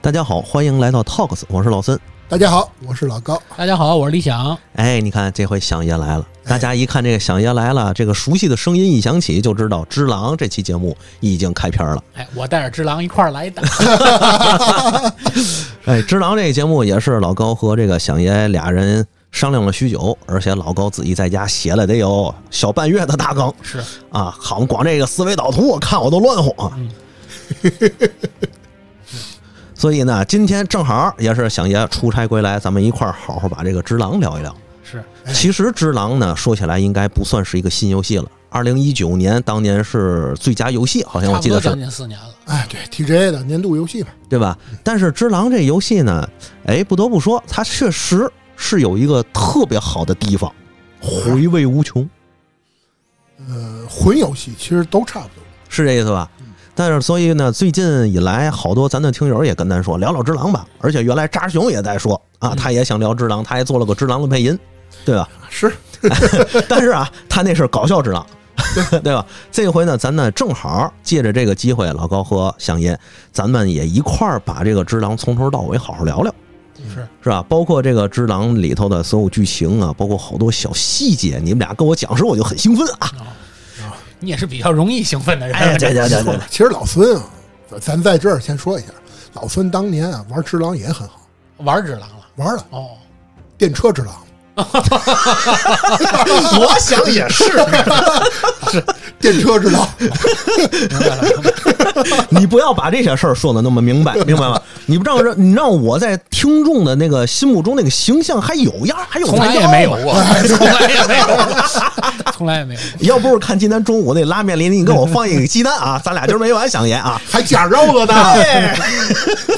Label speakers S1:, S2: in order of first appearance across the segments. S1: 大家好，欢迎来到 Talks，我是老孙。
S2: 大家好，我是老高。
S3: 大家好，我是李想。
S1: 哎，你看这回想爷来了，大家一看这个想爷来了，这个熟悉的声音一响起，就知道《只狼》这期节目已经开篇了。
S3: 哎，我带着只狼一块儿 来的。
S1: 哎，《只狼》这个节目也是老高和这个想爷俩人商量了许久，而且老高自己在家写了得有小半月的大纲
S3: 是，
S1: 啊，好像光这个思维导图，我看我都乱啊晃。
S3: 嗯，
S1: 所以呢，今天正好也是想爷出差归来，咱们一块儿好好把这个《只狼》聊一聊。
S3: 是，
S1: 其实《只狼》呢，说起来应该不算是一个新游戏了。二零一九年当年是最佳游戏，好像
S3: 差
S1: 哎我
S3: 不
S1: 记
S3: 多
S1: 得是
S3: 将，近四年了。
S2: 哎，对 TGA 的年度游戏吧，
S1: 对吧？但是《只狼》这游戏呢，哎，不得不说，它确实是有一个特别好的地方，回味无穷，
S2: 呃，魂游戏其实都差不多。
S3: 啊
S1: 是这意思吧？但是所以呢，最近以来，好多咱的听友也跟咱说聊聊《只狼》吧，而且原来扎熊也在说啊，
S3: 嗯
S1: 他也想聊《只狼》，他还做了个《只狼》的配音，对吧？
S2: 啊是，
S1: 但是啊，他那是搞笑之狼， 对吧？这回呢，咱呢正好借着这个机会，老高和香烟，咱们也一块儿把这个《只狼》从头到尾好好聊聊，
S3: 是，
S1: 是吧？包括这个《只狼》里头的所有剧情啊，包括好多小细节，你们俩跟我讲时，我就很兴奋啊！
S3: 你也是比较容易兴奋的人。
S1: 哎，对对对对，
S2: 其实老孙啊，咱咱在这儿先说一下，老孙当年啊玩《只狼》也很好，
S3: 玩只狼了。
S2: 玩了
S3: 哦，
S2: 电车《只狼
S1: 我想也是，》，
S2: 电车《只狼》
S3: 明 白
S1: 哎
S3: 了。明白了
S1: 你不要把这些事儿说的那么明白，明白吗？ 你不让让你让我在听众的那个心目中那个形象还有样儿，还有
S3: 从来
S1: 样
S3: 也
S1: 儿
S3: 没有过， 从来也没有过， 从来也没有过。
S1: 要不是看今天中午那拉面里你给我放一个鸡蛋啊， 咱俩今儿没完，想爷啊！
S2: 还夹肉了 呢，
S1: 哎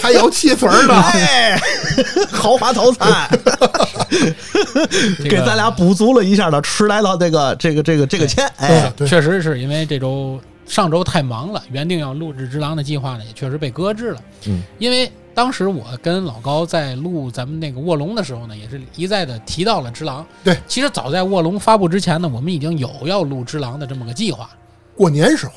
S2: 还摇汽水儿呢。
S1: 哎， 豪华套餐，
S3: 哎这 个
S1: 给咱俩补足了一下的迟来的这个这个这个这个钱。哎，
S2: 对
S3: 确实是因为这周上周太忙了，原定要录制《只狼》的计划呢，也确实被搁置了。
S1: 嗯，
S3: 因为当时我跟老高在录咱们那个卧龙的时候呢，也是一再的提到了《只狼》。
S2: 对，
S3: 其实早在卧龙发布之前呢，我们已经有要录《只狼》的这么个计划。
S2: 过年时候，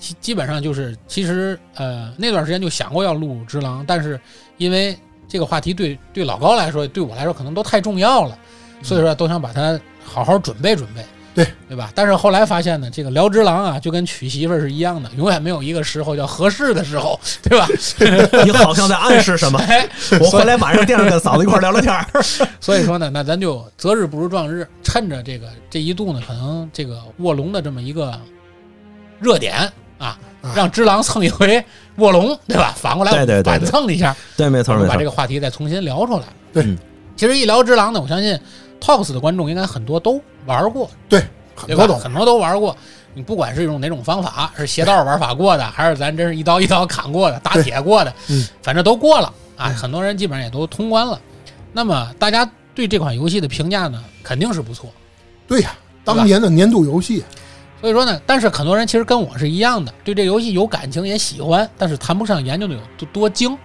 S3: 基基本上就是，其实呃那段时间就想过要录《只狼》，但是因为这个话题对对老高来说，对我来说可能都太重要了，所以说都想把它好好准备准备，
S2: 对
S3: 对吧？但是后来发现呢，这个聊《只狼》啊，就跟娶媳妇儿是一样的，永远没有一个时候叫合适的时候，对吧？
S1: 你好像在暗示 什么？
S3: 哎
S1: 我回来晚上电上跟嫂子一块儿聊聊天 儿。
S3: 所以说呢，那咱就择日不如撞日，趁着这个这一度呢，可能这个卧龙的这么一个热点啊
S2: 啊，
S3: 让只狼蹭一回卧龙，对吧？反过来
S1: 对对对对
S3: 反蹭一下，
S1: 对，没错
S3: 我
S1: 没
S3: 们把
S1: 错
S3: 这。个话题再重新聊出来。
S2: 对
S1: 嗯
S3: 其实一聊只狼呢，我相信 Talks 的观众应该很多都玩过，
S2: 很
S3: 对
S2: 多
S3: 吧？
S2: 懂。
S3: 很多都玩过。你不管是用哪种方法，是斜道玩法过 的，还是咱真是一刀一刀砍过的、打铁过的，
S2: 嗯
S3: 反正都过了啊。
S2: 嗯
S3: 很多人基本上也都通关了。那么大家对这款游戏的评价呢，肯定是不错。
S2: 对呀，当年的年度游戏，啊
S3: 所以说呢，但是很多人其实跟我是一样的，对这游戏有感情也喜欢，但是谈不上研究的有多多精。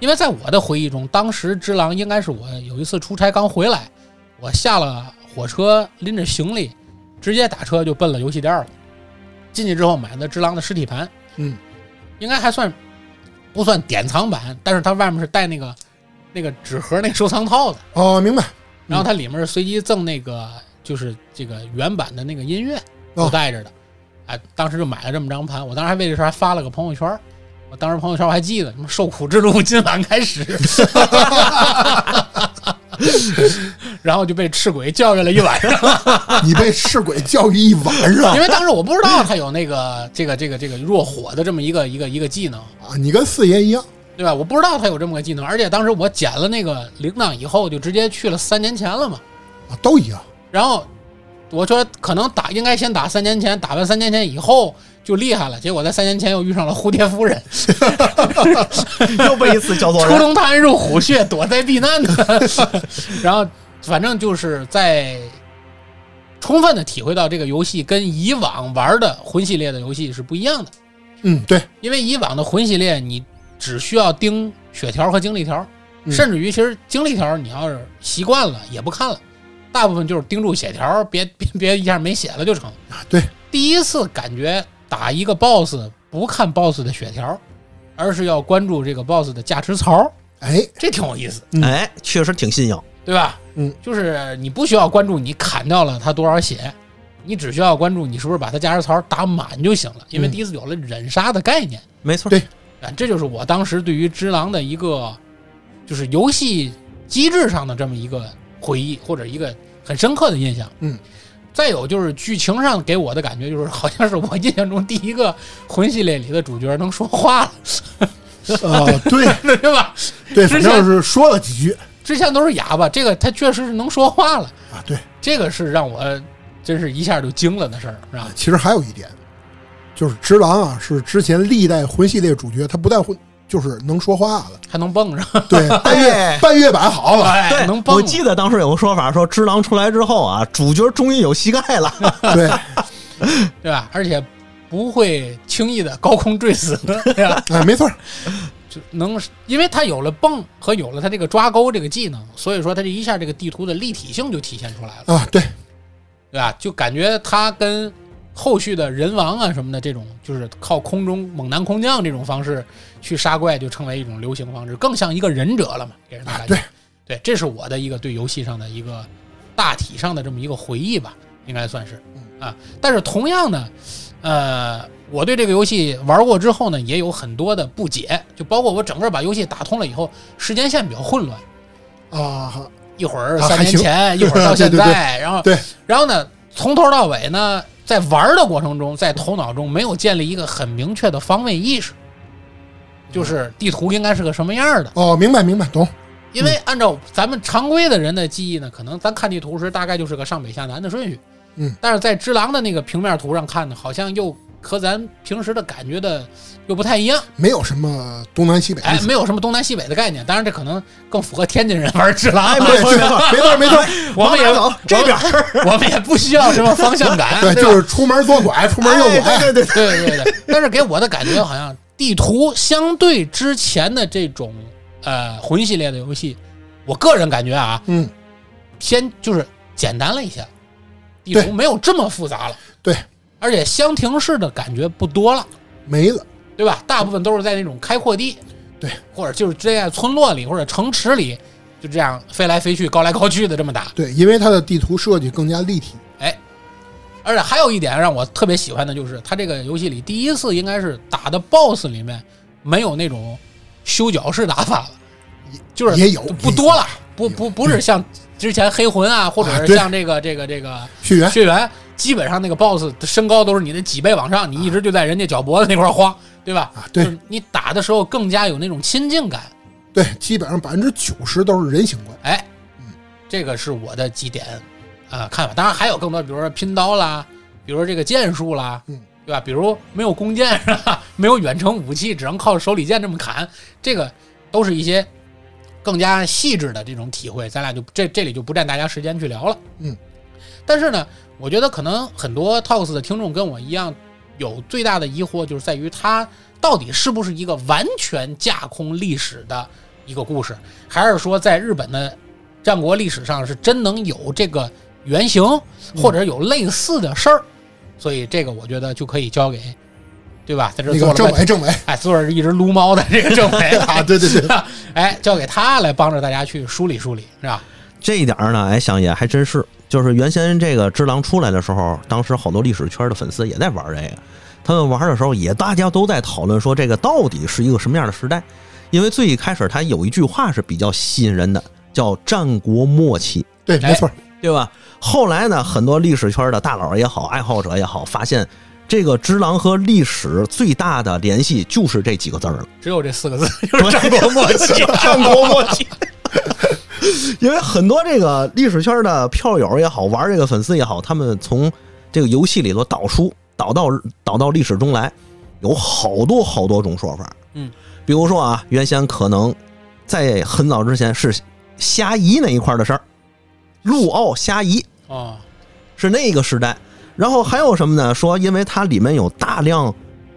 S3: 因为在我的回忆中，当时《只狼》应该是我有一次出差刚回来，我下了火车，拎着行李，直接打车就奔了游戏店了。进去之后买的《只狼》的实体盘，
S2: 嗯，
S3: 应该还算不算典藏版，但是它外面是带那个那个纸盒那个收藏套的，
S2: 哦，明白。
S3: 然后它里面是随机赠那个就是这个原版的那个音乐都
S2: 哦
S3: 带着的，哎，当时就买了这么张盘，我当时还为这事儿还发了个朋友圈儿。我当时朋友圈儿我还记得，什么受苦之路 今晚开始，然后就被赤鬼教育了一晚上，
S2: 你被赤鬼教育一晚上
S3: 因为当时我不知道他有那个这个这个这个弱火的这么一个一个一个技能，
S2: 啊！你跟四爷一样，
S3: 对吧？我不知道他有这么个技能，而且当时我捡了那个铃铛以后，就直接去了三年前了嘛。
S2: 啊，都一样。
S3: 然后我说可能打应该先打三年前，打完三年前以后就厉害了。结果在三年前又遇上了蝴蝶夫人，
S1: 又被一次叫 做
S3: 初中探人入虎穴，躲在避难的。然后反正就是在充分的体会到这个游戏跟以往玩的魂系列的游戏是不一样的，
S2: 嗯，对，
S3: 因为以往的魂系列你只需要盯血条和精力条，
S2: 嗯
S3: 甚至于其实精力条你要是习惯了也不看了，大部分就是盯住血条，别 别别一下没血了就成。
S2: 啊对，
S3: 第一次感觉打一个 BOSS 不看 BOSS 的血条，而是要关注这个 BOSS 的价值槽，
S2: 哎，
S3: 这挺有意思，
S2: 嗯
S1: 哎，确实挺新颖。
S3: 对吧？
S2: 嗯，
S3: 就是你不需要关注你砍掉了他多少血，你只需要关注你是不是把他价值槽打满就行了，因为
S2: 嗯
S3: 第一次有了忍杀的概念。
S1: 没错，
S2: 对
S3: 啊，这就是我当时对于《只狼》的一个，就是游戏机制上的这么一个回忆，或者一个很深刻的印象。
S2: 嗯，
S3: 再有就是剧情上给我的感觉，就是好像是我印象中第一个魂系列里的主角能说话了，
S2: 呃，对
S3: 对吧？
S2: 对，
S3: 之
S2: 反
S3: 前
S2: 正是说了几句
S3: 之前都是哑巴，这个他确实是能说话了，
S2: 啊。对，
S3: 这个是让我真是一下就惊了的事儿，是吧？
S2: 啊其实还有一点，就是直狼啊，是之前历代魂系列主角，他不但会就是能说话了，
S3: 还能蹦上，
S2: 对，半
S1: 哎
S2: 月半月板好了，
S3: 哎，
S1: 对，
S3: 能蹦
S1: 我。记得当时有个说法说，只狼出来之后啊，主角终于有膝盖了。
S2: 对，
S3: 对吧？而且不会轻易的高空坠死，对吧？
S2: 哎，没错儿，
S3: 就能，因为他有了蹦和有了他这个抓钩这个技能，所以说他这一下这个地图的立体性就体现出来了，
S2: 啊，对，
S3: 对吧？就感觉他跟后续的人王啊什么的这种，就是靠空中猛男空降这种方式去杀怪，就成为一种流行方式，更像一个忍者了嘛，给人的
S2: 啊，
S3: 感觉。
S2: 对，
S3: 对，这是我的一个对游戏上的一个大体上的这么一个回忆吧，应该算是
S2: 嗯
S3: 啊。但是同样呢，呃，我对这个游戏玩过之后呢，也有很多的不解，就包括我整个把游戏打通了以后，时间线比较混乱，
S2: 啊，
S3: 一会儿
S2: 啊
S3: 三
S2: 还
S3: 年
S2: 行
S3: 前， 一会儿到
S2: 对
S3: 现
S2: 对对
S3: 在，然后
S2: 对，
S3: 然后呢，从头到尾呢，在玩的过程中，在头脑中没有建立一个很明确的方位意识，
S2: 嗯
S3: 就是地图应该是个什么样儿的。
S2: 哦，明白明白，懂，
S3: 因
S2: 嗯
S3: 为按照咱们常规的人的记忆呢，可能咱看地图时大概就是个上北下南的顺序，
S2: 嗯，
S3: 但是在只狼的那个平面图上看呢，好像又和咱平时的感觉的又不太一样，
S2: 没有什么东南西北
S3: 哎
S2: 意，思，
S3: 没有什么东南西北的概念，当然这可能更符合天津人玩只狼，
S2: 哎对，没 错没错没错，
S3: 我们也
S1: 往哪走这边儿，
S3: 我们也不需要什么方向 感，
S2: 对，
S3: 哎对
S2: 就
S3: 吧
S2: 是出门左拐，出门右
S1: 哎
S2: 拐，
S1: 对对对，
S3: 对对对，但是给我的感觉好像地图相对之前的这种呃魂系列的游戏，我个人感觉啊，
S2: 嗯，
S3: 先就是简单了一些，地图
S2: 对
S3: 没有这么复杂了，
S2: 对，
S3: 而且箱庭式的感觉不多了，
S2: 没了，
S3: 对吧？大部分都是在那种开阔地，
S2: 对，
S3: 或者就是这样村落里或者城池里，就这样飞来飞去、高来高去的这么打，
S2: 对，因为它的地图设计更加立体，
S3: 哎而且还有一点让我特别喜欢的就是，它这个游戏里第一次应该是打的 BOSS 里面没有那种修脚式打法了，就是
S2: 也有
S3: 不多了，不
S2: 有
S3: 不不是像之前黑魂啊，或者
S2: 啊
S3: 是
S2: 对哎
S3: 像这个这个这个
S2: 血缘
S3: 血缘，基本上那个 BOSS 的身高都是你的几倍往上，你一直就在人家脚脖子那块儿晃，对吧？
S2: 啊，对
S3: 就是你打的时候更加有那种亲近感。
S2: 对，基本上百分之九十都是人形怪，
S3: 哎
S2: 嗯，
S3: 这个是我的几点啊、呃看法。当然还有更多，比如说拼刀啦，比如说这个剑术啦，
S2: 嗯，
S3: 对吧？比如没有弓箭是吧？没有远程武器，只能靠手里剑这么砍，这个都是一些更加细致的这种体会。咱俩就这这里就不占大家时间去聊了，
S2: 嗯。
S3: 但是呢，我觉得可能很多 Talks 的听众跟我一样，有最大的疑惑就是在于它到底是不是一个完全架空历史的一个故事，还是说在日本的战国历史上是真能有这个原型，或者有类似的事儿？所以这个我觉得就可以交给，对吧？在这
S2: 那
S3: 做
S2: 个
S3: 了
S2: 政
S3: 半
S2: 委政委
S3: 哎，坐着一直撸猫的这个政委
S2: 啊， 对对对，
S3: 哎，交给他来帮着大家去梳理梳理，是吧？
S1: 这一点儿呢，哎，想也还真是，就是原先这个《只狼》出来的时候，当时好多历史圈的粉丝也在玩这个，他们玩的时候也大家都在讨论说这个到底是一个什么样的时代，因为最一开始他有一句话是比较吸引人的，叫“战国末期”。
S2: 对，没错，
S1: 对吧？后来呢，很多历史圈的大佬也好，爱好者也好，发现这个只狼和历史最大的联系就是这几个字儿了。
S3: 只有这四个字， 就是战国末 期，
S1: 战国末期， 因为很多这个历史圈的票友也好，玩这个粉丝也好，他们从这个游戏里头导出，导到导到历史中来，有好多好多种说法。
S3: 嗯，
S1: 比如说啊，原先可能在很早之前是虾夷那一块的事儿，陆奥虾夷。
S3: 哦，
S1: 是那个时代。然后还有什么呢？说因为它里面有大量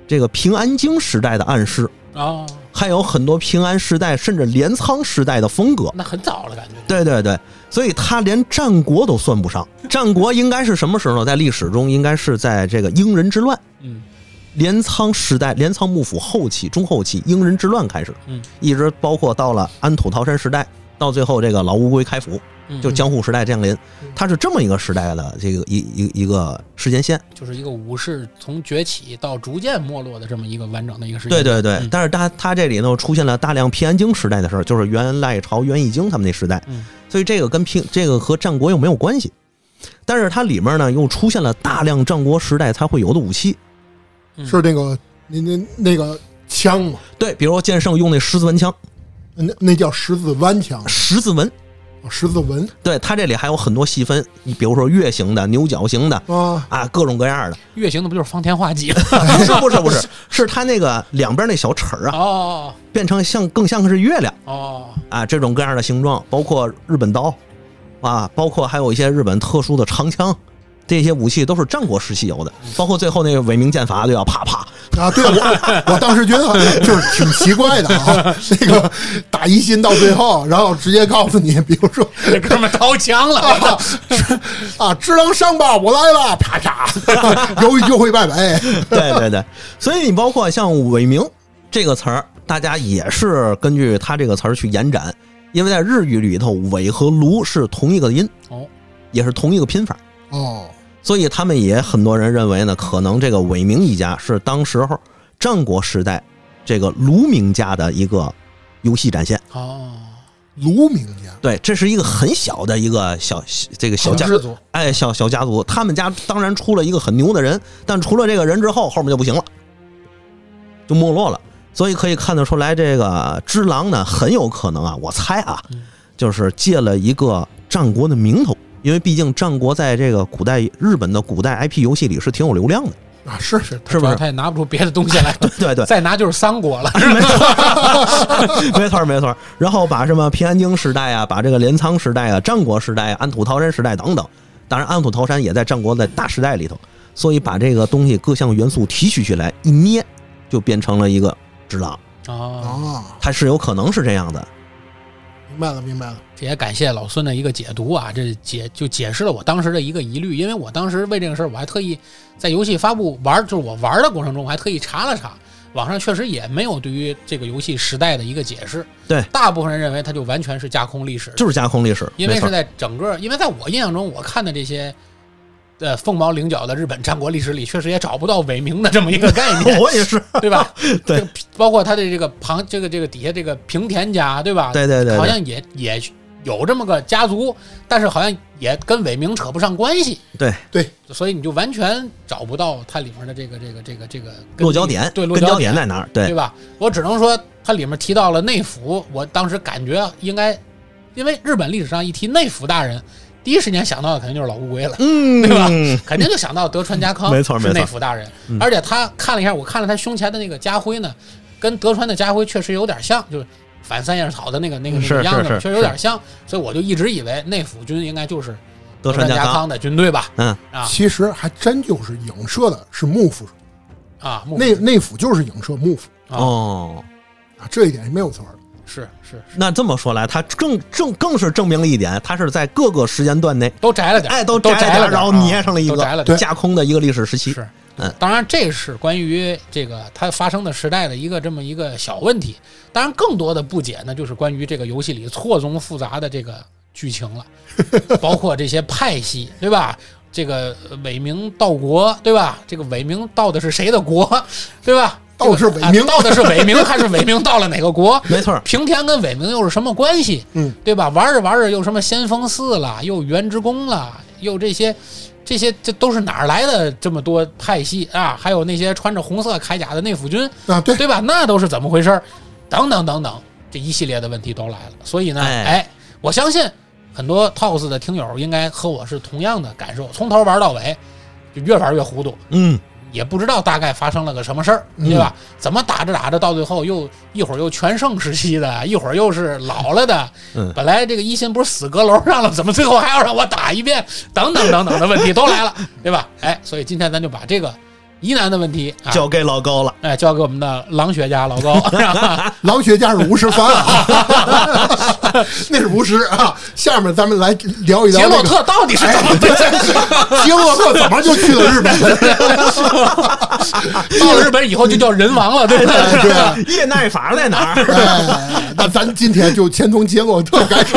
S1: 这个平安京时代的暗示，
S3: 哦，
S1: 还有很多平安时代甚至镰仓时代的风格。
S3: 那很早了，感觉。
S1: 对对对，所以它连战国都算不上。战国应该是什么时候？在历史中应该是在这个英人之乱
S3: 嗯，
S1: 镰仓时代、镰仓幕府后期、中后期英人之乱开始，
S3: 嗯，
S1: 一直包括到了安土桃山时代，到最后这个老乌龟开府，
S3: 嗯
S1: 就江户时代降临
S2: 嗯，
S1: 它是这么一个时代的这个一一一个时间线。
S3: 就是一个武士从崛起到逐渐没落的这么一个完整的一个事件。
S1: 对对对
S3: 嗯，
S1: 但是它它这里呢出现了大量平安京时代的事儿，就是元赖朝、元义经他们那时代
S3: 嗯，
S1: 所以这个跟平这个和战国又没有关系。但是它里面呢又出现了大量战国时代才会有的武器，
S3: 嗯
S2: 是那个那那那个枪嘛，
S1: 对，比如说剑圣用那十字纹枪，
S2: 那那叫十字弯枪，哦
S1: 十字纹。
S2: 十字纹
S1: 对，它这里还有很多细分，你比如说月形的、牛角形的
S3: 哦
S2: 啊，
S1: 啊，各种各样的。
S3: 月形的不就是方天画戟吗？
S1: 不是不是不是，是它那个两边那小齿儿啊，
S3: 哦
S1: 变成像更像是月亮。
S3: 哦哦，
S1: 啊，这种各样的形状，包括日本刀，啊，包括还有一些日本特殊的长枪，这些武器都是战国时期有的，包括最后那个伪名剑法，对吧？啪啪，
S2: 啊，对 我我当时觉得好像就是挺奇怪的啊，那个打一心到最后，然后直接告诉你，比如说
S3: 这哥们儿掏枪了，
S2: 啊，只啊，只狼伤疤我来了，啪啪， 犹豫就会败北。
S1: 对对对，所以你包括像伪名这个词儿，大家也是根据它这个词儿去延展，因为在日语里头，伪和卢是同一个音，
S3: 哦，
S1: 也是同一个拼法，
S2: 哦，
S1: 所以他们也很多人认为呢，可能这个伪名一家是当时候战国时代这个卢名家的一个游戏展现。
S3: 哦，
S2: 卢名家，
S1: 对，这是一个很小的一个小这个小
S3: 统
S1: 家，
S3: 治族
S1: 哎，小小家族。他们家当然出了一个很牛的人，但除了这个人之后，后面就不行了，就没落了。所以可以看得出来，这个之狼呢，很有可能啊，我猜啊
S3: 嗯，
S1: 就是借了一个战国的名头，因为毕竟战国在这个古代日本的古代 IP 游戏里是挺有流量的，
S2: 啊，是是，
S1: 是
S3: 主
S1: 不
S3: 要
S1: 是？
S3: 他也拿不出别的东西来，
S1: 对对，
S3: 再拿就是三国了。
S1: 没错儿没错儿。然后把什么平安京时代啊，把这个镰仓时代啊、战国时代啊、安土桃山时代等等，当然安土桃山也在战国的大时代里头，所以把这个东西各项元素提取起来一捏，就变成了一个只狼，
S3: 哦，
S2: 啊，
S1: 它是有可能是这样的。
S2: 明白了，明白了。
S3: 这也感谢老孙的一个解读啊，这解就解释了我当时的一个疑虑，因为我当时为这个事儿，我还特意在游戏发布玩，就是我玩的过程中，我还特意查了查，网上确实也没有对于这个游戏时代的一个解释。
S1: 对
S3: 大部分人认为它就完全是架空历史，
S1: 就是架空历史，
S3: 因为
S1: 没错
S3: 是
S1: 儿，
S3: 在整个，因为在我印象中，我看的这些。呃，凤毛麟角的日本战国历史里，确实也找不到伪名的这么一个概念
S1: 我也是，
S3: 对吧？
S1: 对
S3: 这个，包括他的这个旁，这个这个底下这个平田家，对吧？
S1: 对对对
S3: 好
S1: 对
S3: 像也也有这么个家族，但是好像也跟伪名扯不上关系，
S1: 对，
S3: 所以你就完全找不到它里面的这个这个这个这个根
S1: 落脚
S3: 据
S1: 点
S3: 对落
S1: 跟
S3: 脚
S1: 焦点在哪儿？
S3: 对
S1: 对
S3: 吧？我只能说它里面提到了内府，我当时感觉应该，因为日本历史上一提内府大人，第一时间想到的肯定就是老乌龟了。
S1: 嗯，
S3: 对吧？肯定就想到德川家康，
S1: 没错
S3: 是
S1: 没错
S3: 内府大人。
S1: 嗯
S3: 而且他看了一下，我看了他胸前的那个家徽呢，跟德川的家徽确实有点像，就是反三叶草的那个那个那
S1: 嗯是
S3: 个样子，
S1: 是是
S3: 确实有点像。所以我就一直以为内府军应该就是
S1: 德川
S3: 川
S1: 家康，
S3: 康的军队吧？
S1: 嗯，
S3: 啊
S2: 其实还真就是影射的是幕府，
S3: 啊，幕府
S2: 内内府就是影射幕府
S3: 啊
S1: 哦。
S2: 啊，这一点是没有错的。
S3: 是是是，
S1: 那这么说来，它更更更是证明了一点，它是在各个时间段内
S3: 都摘了点儿，
S1: 哎，
S3: 都
S1: 都摘
S3: 摘
S1: 了点
S3: 了
S1: 儿，然后
S3: 啊
S1: 粘上了一
S3: 都摘了
S1: 个
S3: 点儿
S1: 架空的一个历史时期。
S3: 是，
S1: 嗯
S3: 当然这是关于这个它发生的时代的一个这么一个小问题。当然，更多的不解呢，就是关于这个游戏里错综复杂的这个剧 情了，包括这些派系，对吧？这个呃伪名盗国，对吧？这个伪名盗的是谁的国，对吧？
S2: 盗的是伪名
S3: 这个啊盗的是伪名，还是伪名盗了哪个国？
S1: 没错儿，
S3: 平田跟伪名又是什么关系？
S2: 嗯，
S3: 对吧？玩着玩着又什么先锋寺了，又原职工了，又这些，这些这都是哪儿来的这么多派系啊？还有那些穿着红色铠甲的内府军，
S2: 啊， 对，
S3: 对吧？那都是怎么回事儿？等等等等，这一系列的问题都来了。所以呢，
S1: 哎
S3: 哎，我相信很多 TOS 的听友应该和我是同样的感受，从头玩到尾，就越玩越糊涂。
S1: 嗯，
S3: 也不知道大概发生了个什么事儿，
S2: 嗯
S3: 对吧？怎么打着打着，到最后又一会儿又全盛时期的， 一会儿又是老了的。
S1: 嗯
S3: 本来这个一心不是死阁楼上了，怎么最 后还要让我打一遍？等等等等的问题都来了，对吧？哎，所以今天咱就把这个疑难的问题，啊、
S1: 交给老高了。
S3: 哎交给我们的狼学家老高，
S2: 狼学家是吴石帆啊， 那是吴石啊。下面咱们来聊一聊
S3: 杰
S2: 那
S3: 洛
S2: 个
S3: 特到底是怎么回 事？
S2: 杰洛特怎么就去了日本？
S3: 到了日本以后就叫人王了，对不对？
S2: 对啊，
S1: 叶奈法在哪儿？
S2: 哎，那咱今天就先从杰洛特开始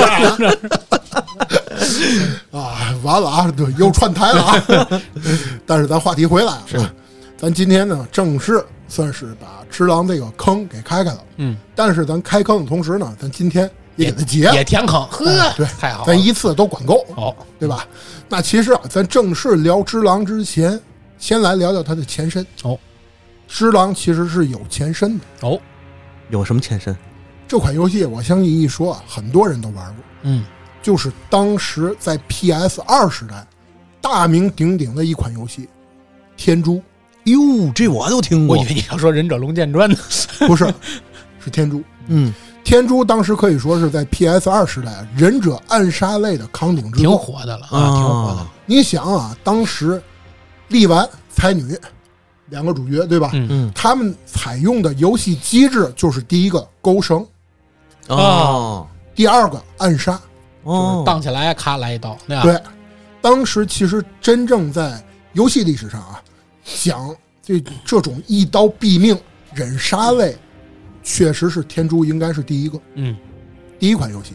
S2: 啊，完了啊，对，又串台了啊。 但是咱话题回来啊，咱今天呢正式算是把只狼这个坑给开开了。
S3: 嗯，
S2: 但是咱开坑的同时呢，咱今天也给它结了
S3: 也，哦填坑，呵，
S2: 对
S3: 太好了
S2: 咱，一次都管够，
S3: 好，
S2: 对吧？那其实啊，咱正式聊只狼之前，先来聊聊它的前身。
S3: 哦，
S2: 只狼其实是有前身的。
S3: 哦，
S1: 有什么前身？
S2: 这款游戏我相信一说啊，很多人都玩过。
S3: 嗯，
S2: 就是当时在 PS 二时代大名鼎鼎的一款游戏《天珠
S1: 哟，这我都听
S3: 我以为你要说忍者龙剑传呢，》，
S2: 不 是，是《天珠》。
S1: 嗯，
S2: 《天珠》当时可以说是在 PS 二时代啊忍者暗杀类的扛鼎之
S3: 挺
S2: 作。
S3: 火的了啊，挺火
S1: 啊
S3: 的，，
S2: 你想啊，当时力丸、才女两个主角，对吧？
S3: 嗯
S1: 嗯
S2: 他们采用的游戏机制就是第一个勾绳，
S1: 哦
S2: 第二个暗杀，
S3: 啊就是
S1: 哦，
S3: 荡起来咔来一刀，对吧？
S2: 对，当时其实真正在游戏历史上啊，讲这这种一刀毙命忍杀类，确实是天珠应该是第一个
S3: 嗯，
S2: 第一款游戏。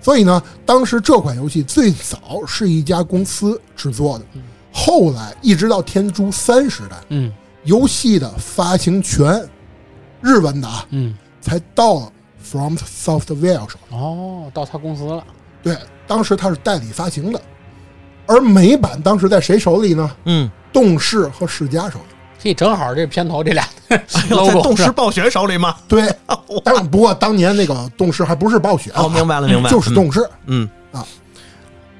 S2: 所以呢，当时这款游戏最早是一家公司制作的
S3: 嗯，
S2: 后来一直到天珠三时代，
S3: 嗯
S2: 游戏的发行权，日文的啊，
S3: 嗯，
S2: 才到了 From Software 手。
S3: 哦，到他公司了，
S2: 对，当时它是代理发行的，而美版当时在谁手里呢？
S1: 嗯，
S2: 动视和世嘉手里。
S3: 嘿，正好这片头这俩
S2: 哎
S1: 在
S3: logo
S1: 动
S3: 是
S1: 视
S3: 吧
S1: 暴雪手里吗？ ？Oh
S2: 对，但不过当年那个动视还不是暴雪啊，
S1: 哦，明白了，明白了，
S2: 就是动视。
S1: 嗯，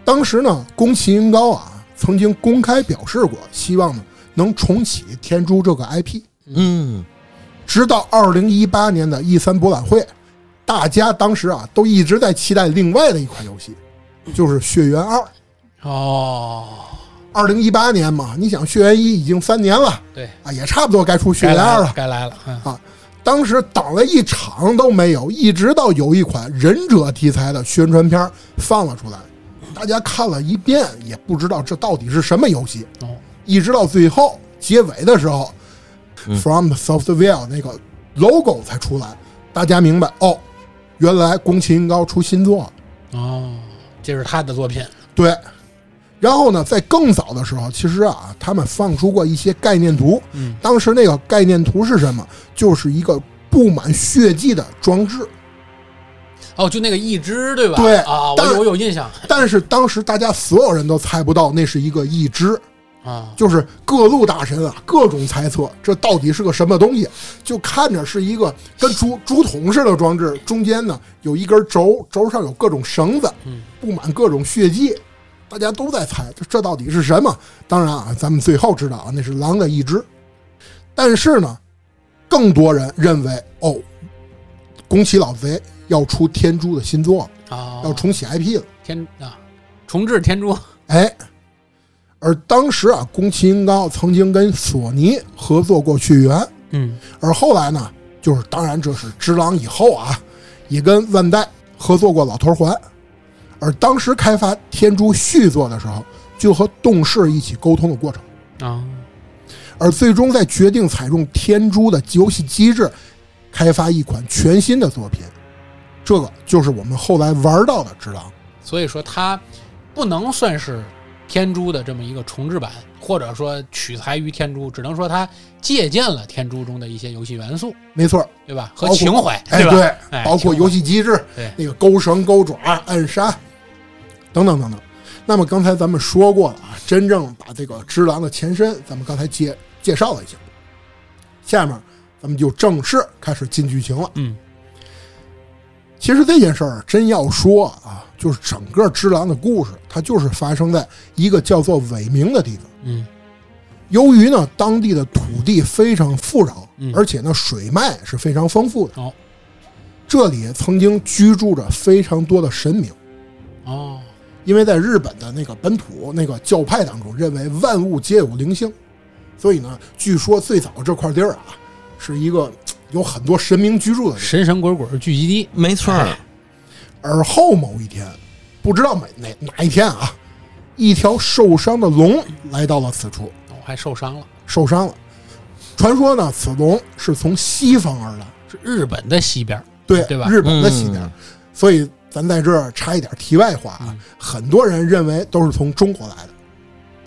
S2: 当时呢，宫崎英高啊曾经公开表示过，希望呢能重启《天珠》这个 IP。
S1: 嗯
S2: 直到二零一八年的 E 三博览会，大家当时啊都一直在期待另外的一款游戏，就是《血缘二》。
S3: 哦，
S2: 二零一八年嘛，你想《血缘一》已经三年了
S3: 对，
S2: 啊，也差不多该出《血
S3: 该
S2: 缘
S3: 来
S2: 二》了
S3: 了，。该来了，嗯
S2: 当时挡了一场都没有，一直到有一款忍者题材的宣传片放了出来，大家看了一遍也不知道这到底是什么游戏，
S3: 哦，
S2: 一直到最后结尾的时候、
S1: 嗯
S2: f r o m Software 那个 logo 才出来，大家明白哦，原来宫崎英高出新作了。
S3: 哦，这是他的作品，
S2: 对，然后呢，在更早的时候，其实啊，他们放出过一些概念图，
S3: 嗯，
S2: 当时那个概念图是什么？就是一个布满血迹的装置。
S3: 哦，就那个一只对吧？
S2: 对
S3: 啊，我
S2: 但
S3: 有我有印象
S2: 但是当时大家所有人都猜不到那是一个义肢，
S3: 啊，
S2: 就是各路大神啊，各种猜测这到底是个什么东西，就看着是一个跟竹竹筒似的装置，中间呢有一根轴，轴上有各种绳子
S3: 嗯，
S2: 布满各种血迹，大家都在猜这这到底是什么。当然啊，咱们最后知道啊，那是狼的一只，但是呢，更多人认为哦，宫崎老贼要出天珠的新作了，
S3: 啊，
S2: 要重启 IP 了。
S3: 天啊，重置天珠，
S2: 哎，而当时啊，宫崎英高曾经跟索尼合作过《血缘》，
S3: 嗯，
S2: 而后来呢，就是当然这是《只狼》以后啊，也跟万代合作过《老头环》，而当时开发《天珠》续作的时候，就和动视一起沟通的过程，
S3: 啊，
S2: 而最终在决定采用《天珠》的游戏机制，开发一款全新的作品，这个就是我们后来玩到的《只狼》。
S3: 所以说它不能算是天珠的这么一个重置版，或者说取材于天珠，只能说它借鉴了天珠中的一些游戏元素，
S2: 没错儿，
S3: 对吧？和
S2: 包括
S3: 情怀，
S2: 哎，
S3: 吧？
S2: 对，
S3: 哎
S2: 包括游戏机制，
S3: 对
S2: 那个勾绳、勾爪、暗杀等等等等。那么刚才咱们说过了啊，真正把这个只狼的前身，咱们刚才介介绍了一下。下面咱们就正式开始进剧情了。
S3: 嗯，
S2: 其实这件事儿真要说啊，就是整个只狼的故事，它就是发生在一个叫做伟明的地方。
S3: 嗯，
S2: 由于呢当地的土地非常富饶，
S3: 嗯
S2: 而且呢水脉是非常丰富的。
S3: 哦
S2: 这里曾经居住着非常多的神明，
S3: 哦，
S2: 因为在日本的那个本土那个教派当中，认为万物皆有灵性，所以呢，据说最早这块地儿啊，是一个有很多神明居住的地儿。
S3: 神神鬼鬼聚集地，
S1: 没错儿，
S3: 哎
S2: 而后某一天，不知道哪哪哪一天啊，一条受伤的龙来到了此处，
S3: 我哦还受伤了。
S2: 受伤了。传说呢，此龙是从西方而来，
S3: 是日本的西边儿，
S2: 对
S3: 对吧
S2: 日本的西边。
S1: 嗯
S2: 所以咱在这儿插一点题外话啊，
S3: 嗯
S2: 很多人认为都是从中国来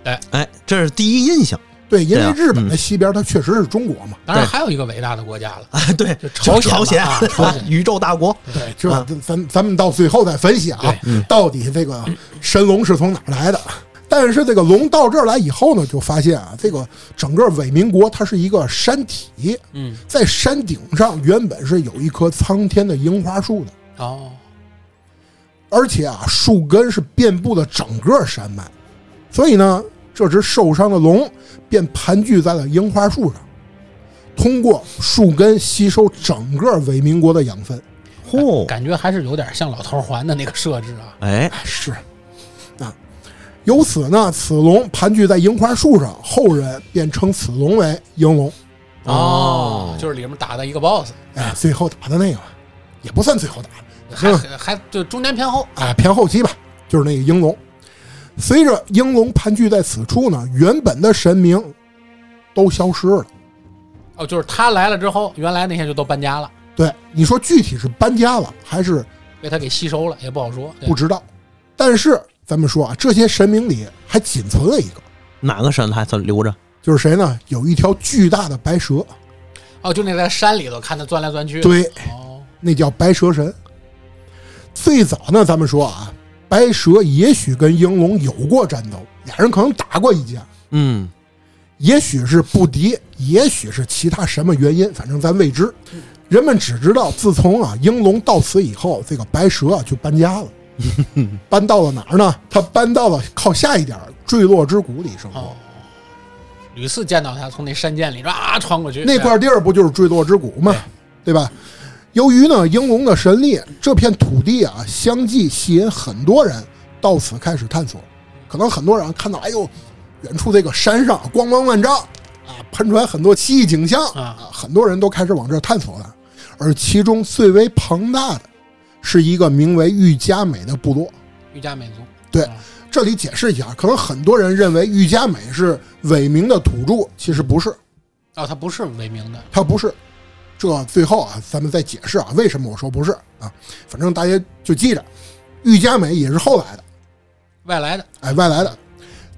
S2: 的。
S1: 哎，这是第一印象，
S2: 对，因
S1: 对
S2: 为
S1: 啊嗯
S2: 日本的西边它确实是中国嘛，
S3: 当然
S1: 对
S3: 还有一个伟大的国家了，
S1: 哎，对，
S3: 就
S1: 就
S3: 朝
S1: 朝
S3: 鲜
S1: 鲜
S3: 嘛啊，朝鲜。
S1: 宇宙大国，
S2: 对，这
S1: 啊
S2: 咱咱们到最后再分析啊
S3: 对，
S1: 嗯
S2: 到底这个神龙是从哪儿来的？但是这个龙到这儿来以后呢，就发现啊，这个整个伪民国它是一个山体，
S3: 嗯，
S2: 在山顶上原本是有一棵苍天的樱花树的，
S3: 哦，
S2: 而且啊，树根是遍布了整个山脉，所以呢，这只受伤的龙便盘踞在了樱花树上，通过树根吸收整个伪民国的养分。哦
S1: 嚯，
S3: 哦感觉还是有点像老头环的那个设置啊。
S1: 哎，
S2: 是，啊，由此呢，此龙盘踞在樱花树上，后人便称此龙为樱龙。
S1: 哦
S3: 就是里面打的一个 BOSS，
S2: 哎，最后打的那个吧也不算最后打的，
S3: 还还就中间偏后，
S2: 啊，偏后期吧，就是那个英龙。随着英龙盘踞在此处呢，原本的神明都消失了。
S3: 哦，就是他来了之后，原来那些就都搬家了，
S2: 对，你说具体是搬家了还是
S3: 被他给吸收了，也不好说。对
S2: 不知道，但是咱们说啊，这些神明里还仅存了一个，
S1: 哪个神还算留着？
S2: 就是谁呢？有一条巨大的白蛇，
S3: 哦，就那在山里头看他钻来钻去。，
S2: 对，
S3: 哦，
S2: 那叫白蛇神。最早呢，咱们说啊，白蛇也许跟英龙有过战斗，俩人可能打过一架，
S1: 嗯，
S2: 也许是不敌，也许是其他什么原因，反正咱未知。人们只知道，自从啊英龙到此以后，这个白蛇啊就搬家了，搬到了哪儿呢？他搬到了靠下一点儿坠落之谷里生活。
S3: 哦，屡次见到他从那山涧里啊穿过去，
S2: 那块地儿不就是坠落之谷吗？对吧？由于呢英龙的神力，这片土地啊相继吸引很多人到此开始探索。可能很多人看到，哎呦，远处这个山上光芒万丈啊，喷出来很多奇异景象
S3: 啊
S2: 很多人都开始往这儿探索了。而其中最为庞大的是一个名为玉加美的部落。
S3: 瑜伽美族。
S2: 对
S3: 啊
S2: 这里解释一下，可能很多人认为玉加美是伪名的土著，其实不是。
S3: 哦，他不是为名的，
S2: 它不是。这最后啊，咱们再解释啊，为什么我说不是啊？反正大家就记着，玉加美也是后来的，
S3: 外来的。
S2: 哎，外来的。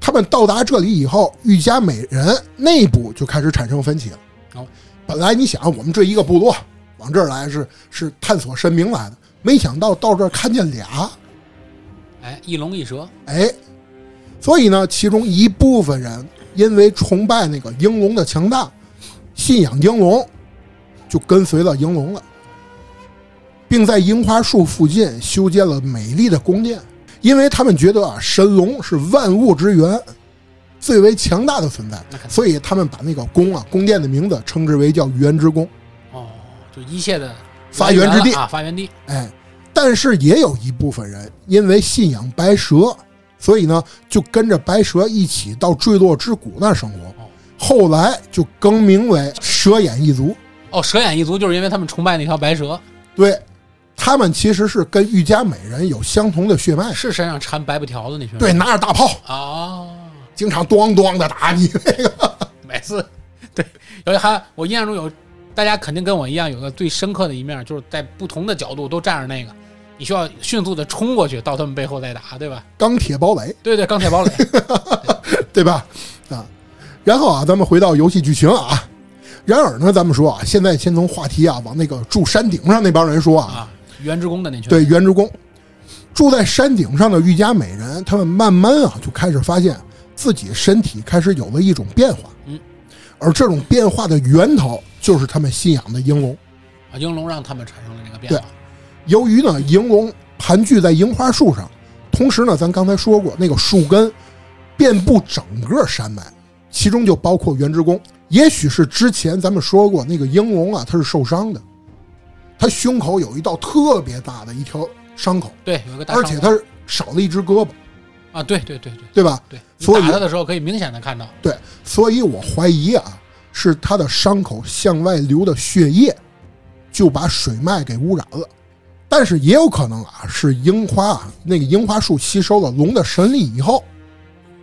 S2: 他们到达这里以后，玉加美人内部就开始产生分歧了。
S3: 哦，
S2: 本来你想我们这一个部落往这儿来是是探索神明来的，没想到到这儿看见俩，
S3: 哎，一龙一蛇，
S2: 哎，所以呢，其中一部分人因为崇拜那个英龙的强大，信仰英龙，就跟随了英龙了，并在樱花树附近修建了美丽的宫殿，因为他们觉得啊，神龙是万物之源，最为强大的存在，
S3: 那肯定
S2: 所以他们把那个宫啊宫殿的名字称之为叫源之宫。
S3: 哦，就一切的
S2: 发源之地
S3: 来了啊，发源地。
S2: 哎，但是也有一部分人因为信仰白蛇，所以呢就跟着白蛇一起到坠落之谷那儿生活，后来就更名为蛇眼一族。
S3: 哦，蛇眼一族就是因为他们崇拜那条白蛇，
S2: 对，他们其实是跟玉加美人有相同的血脉，
S3: 是身上缠白布条的那群人。
S2: 对，拿着大炮，
S3: 啊，
S2: 经常咣咣的打你。
S3: 每次对，有一还我印象中有，大家肯定跟我一样有个最深刻的一面，就是在不同的角度都站着那个，你需要迅速的冲过去到他们背后再打，对吧？
S2: 钢铁堡垒，
S3: 对对，钢铁堡 垒
S2: 对吧？啊，然后啊，咱们回到游戏剧情啊。然而呢，咱们说啊，现在先从话题啊往那个住山顶上那帮人说啊
S3: 啊，原职工的那群。，
S2: 对，原职工住在山顶上的玉家美人，他们慢慢啊就开始发现自己身体开始有了一种变化，
S3: 嗯，
S2: 而这种变化的源头就是他们信仰的英龙。
S3: 啊，英龙让他们产生了这个变化。
S2: 由于呢，银龙盘踞在樱花树上，同时呢，咱刚才说过，那个树根遍布整个山脉，其中就包括原职工。也许是之前咱们说过，那个英龙啊，它是受伤的，它胸口有一道特别大的一条伤口，
S3: 对，有一个大
S2: 而
S3: 伤
S2: 且
S3: 口
S2: 它少了一只胳膊，
S3: 啊，对对对对
S2: 对吧？
S3: 对，你
S2: 所以
S3: 打他的时候可以明显的看到，
S2: 对，所以我怀疑啊，是他的伤口向外流的血液就把水脉给污染了。但是也有可能啊，是樱花啊，那个樱花树吸收了龙的神力以后，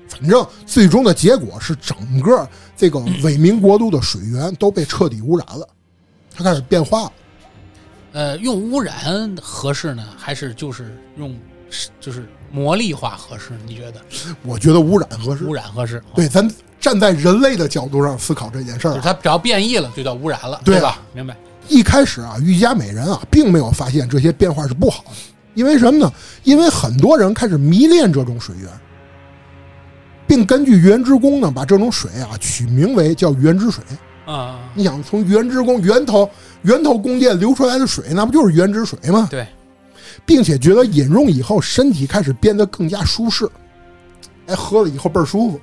S2: 反正最终的结果是整个这个伪民国度的水源都被彻底污染了，它开始变化了。
S3: 呃，用污染合适呢，还是就是用是就是魔力化合适？你觉得
S2: 我觉得污染合适
S3: 污。染合适？
S2: 对，咱站在人类的角度上思考这件事儿
S3: 就
S2: 啊
S3: 是，它只要变异了，就叫污染了，
S2: 对啊
S3: 吧？明白？
S2: 一开始啊，瑜伽美人啊，并没有发现这些变化是不好的，因为什么呢？因为很多人开始迷恋这种水源，并根据原之宫呢，把这种水啊取名为叫原之水。
S3: 啊、
S2: 你想从原之宫源头源头宫殿流出来的水，那不就是原之水吗？
S3: 对，
S2: 并且觉得饮用以后身体开始变得更加舒适，哎，喝了以后倍儿舒服，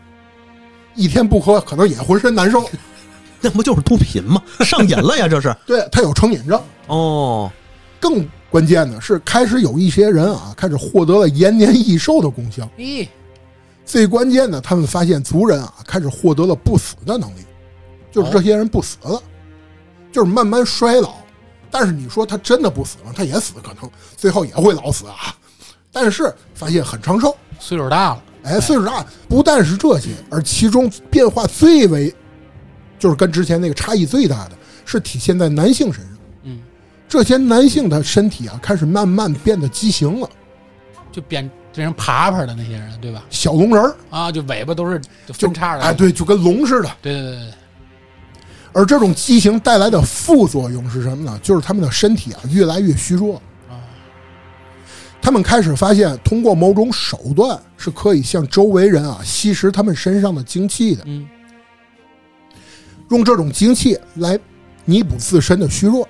S2: 一天不喝可能也浑身难受。
S1: 那不就是毒品吗？上瘾了呀，这是。
S2: 对他有成瘾症。
S1: 哦，
S2: 更关键的是，开始有一些人啊，开始获得了延年益寿的功效。
S3: 咦，
S2: 最关键的，他们发现族人啊，开始获得了不死的能力，就是这些人不死了，就是慢慢衰老。但是你说他真的不死吗？他也死，可能最后也会老死啊。但是发现很长寿，
S3: 岁数大了，
S2: 哎，岁数大不但是这些，而其中变化最为，就是跟之前那个差异最大的是体现在男性身上。
S3: 嗯，
S2: 这些男性的身体啊，开始慢慢变得畸形了，
S3: 就变变成爬爬的那些人，对吧？
S2: 小龙人儿
S3: 啊，就尾巴都是就
S2: 就
S3: 分叉的，
S2: 哎，对，就跟龙似的。
S3: 对对对对，
S2: 而这种畸形带来的副作用是什么呢？就是他们的身体啊越来越虚弱，
S3: 对啊，
S2: 他们开始发现通过某种手段是可以向周围人啊吸食他们身上的精气的，
S3: 嗯，
S2: 用这种精气来弥补自身的虚弱。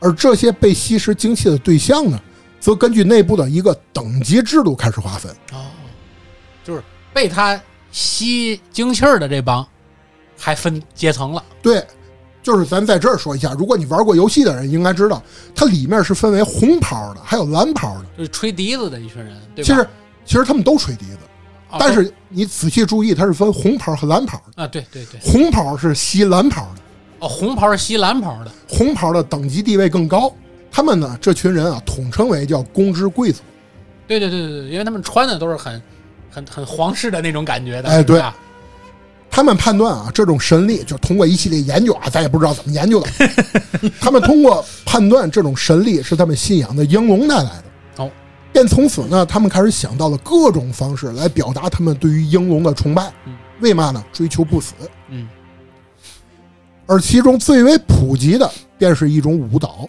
S2: 而这些被吸食精气的对象呢，则根据内部的一个等级制度开始划分。
S3: 哦，就是被他吸精气儿的这帮，还分阶层了，
S2: 对，就是咱在这儿说一下，如果你玩过游戏的人应该知道，它里面是分为红袍的，还有蓝袍的。
S3: 就是吹笛子的一群人，对吧？
S2: 其实其实他们都吹笛子，
S3: 啊
S2: 但是你仔细注意，它是分红袍和蓝袍的。
S3: 啊，对对对，
S2: 红袍是吸蓝袍的，
S3: 哦，红袍是吸蓝袍的，
S2: 红袍的等级地位更高。他们呢，这群人啊，统称为叫公知贵族。
S3: 对对对对对，因为他们穿的都是很很很皇室的那种感觉的，
S2: 哎
S3: 是吧
S2: 他们判断啊，这种神力就通过一系列研究啊，咱也不知道怎么研究 的。他们通过判断这种神力是他们信仰的英龙带来的。
S3: 哦，
S2: 便从此呢，他们开始想到了各种方式来表达他们对于英龙的崇拜
S3: 嗯。
S2: 为嘛呢？追求不死。
S3: 嗯，
S2: 而其中最为普及的，便是一种舞蹈。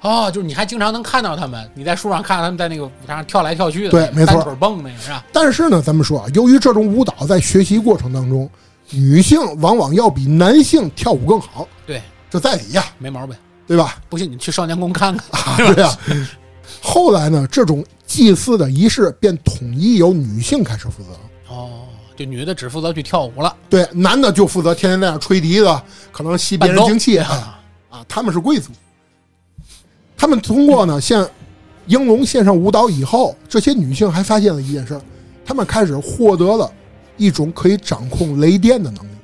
S3: 哦，就是你还经常能看到他们，你在树上看到他们在那个舞台上跳来跳去的，
S2: 对没错
S3: 单腿蹦那个是吧？
S2: 但是呢，咱们说啊，由于这种舞蹈在学习过程当中，女性往往要比男性跳舞更好，
S3: 对，
S2: 这在理呀，
S3: 没毛病。
S2: 对吧？
S3: 不信你去少年宫看 看，
S2: 啊，对呀、后来呢，这种祭祀的仪式便统一由女性开始负责，
S3: 哦，就女的只负责去跳舞了，
S2: 对，男的就负责天天在那吹笛子，可能吸别人
S3: 伴奏
S2: 精气啊。
S3: 啊，
S2: 啊，他们是贵族，他们通过呢像英龙献上舞蹈以后，这些女性还发现了一件事儿，她们开始获得了一种可以掌控雷电的能力。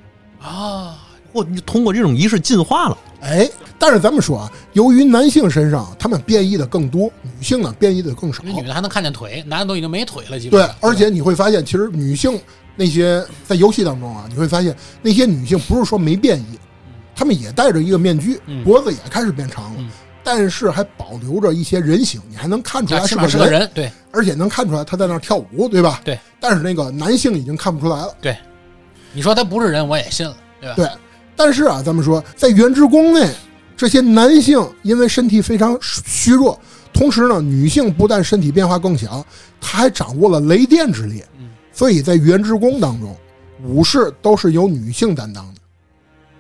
S3: 啊
S1: 我你通过这种仪式进化了。
S2: 哎，但是咱们说啊，由于男性身上他们变异的更多，女性呢变异的更少
S3: 因。为女的还能看见腿，男的都已经没腿了，基本
S2: 对
S3: 上，
S2: 而且你会发现，其实女性那些在游戏当中啊，你会发现那些女性不是说没变异，她们也戴着一个面具，
S3: 嗯
S2: 脖子也开始变长了，
S3: 嗯
S2: 但是还保留着一些人形，你还能看出
S3: 啊
S2: 来
S3: 起
S2: 是
S3: 码是
S2: 人，
S3: 个人，对
S2: 而且能看出来她在那儿跳舞，对吧？
S3: 对。
S2: 但是那个男性已经看不出来了。
S3: 对，你说他不是人，我也信了，对 吧？
S2: 对，但是啊，咱们说在原之宫内，这些男性因为身体非常虚弱，同时呢，女性不但身体变化更小，她还掌握了雷电之力。
S3: 嗯，
S2: 所以在原之宫当中，武士都是由女性担当的。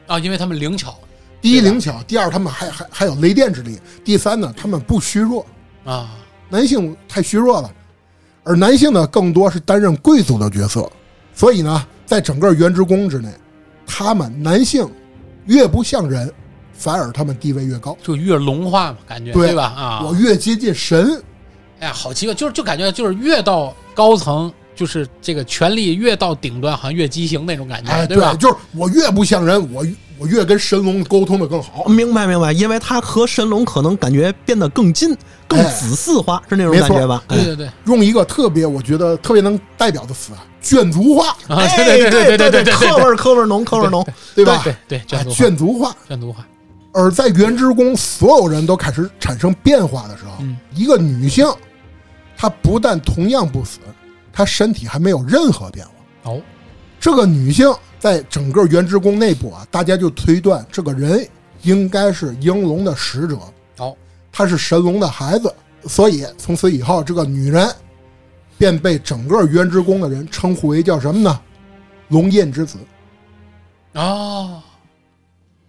S3: 啊，因为他们灵巧
S2: 第一
S3: 对吧
S2: 灵巧，第二他们还还还有雷电之力，第三呢，他们不虚弱。
S3: 啊，
S2: 男性太虚弱了，而男性呢更多是担任贵族的角色，所以呢，在整个原之宫之内，他们男性越不像人，反而他们地位越高。
S3: 就越龙化嘛，感觉
S2: 对
S3: 吧？啊，
S2: 我越接近神，
S3: 哎呀，好奇怪，就是就感觉就是越到高层就是这个权力越到顶端，好像越畸形那种感觉，
S2: 哎，
S3: 对吧？
S2: 就是我越不像人，我我越跟神龙沟通的更好。
S1: 明白明白，因为他和神龙可能感觉变得更近、更
S2: 哎
S1: 子嗣化，是那种
S2: 没
S1: 感
S2: 错
S1: 觉吧？
S3: 对
S1: 哎
S3: 对对，
S2: 用一个特别，我觉得特别能代表的词啊，卷族化，
S3: 啊，
S1: 哎
S3: 对
S1: 对
S3: 对对对对对
S1: 科味儿科味儿浓，科味儿浓。
S2: 对吧？
S3: 对对，
S2: 哎
S3: 卷族化
S2: 卷族化。
S3: 卷族化，
S2: 而在原之宫，所有人都开始产生变化的时候，
S3: 嗯
S2: 一个女性，她不但同样不死，她身体还没有任何变化。
S3: 哦，
S2: 这个女性在整个原之宫内部啊，大家就推断这个人应该是英龙的使者，
S3: 哦，
S2: 她是神龙的孩子，所以从此以后，这个女人便被整个原之宫的人称呼为叫什么呢？龙焰之子，
S3: 哦，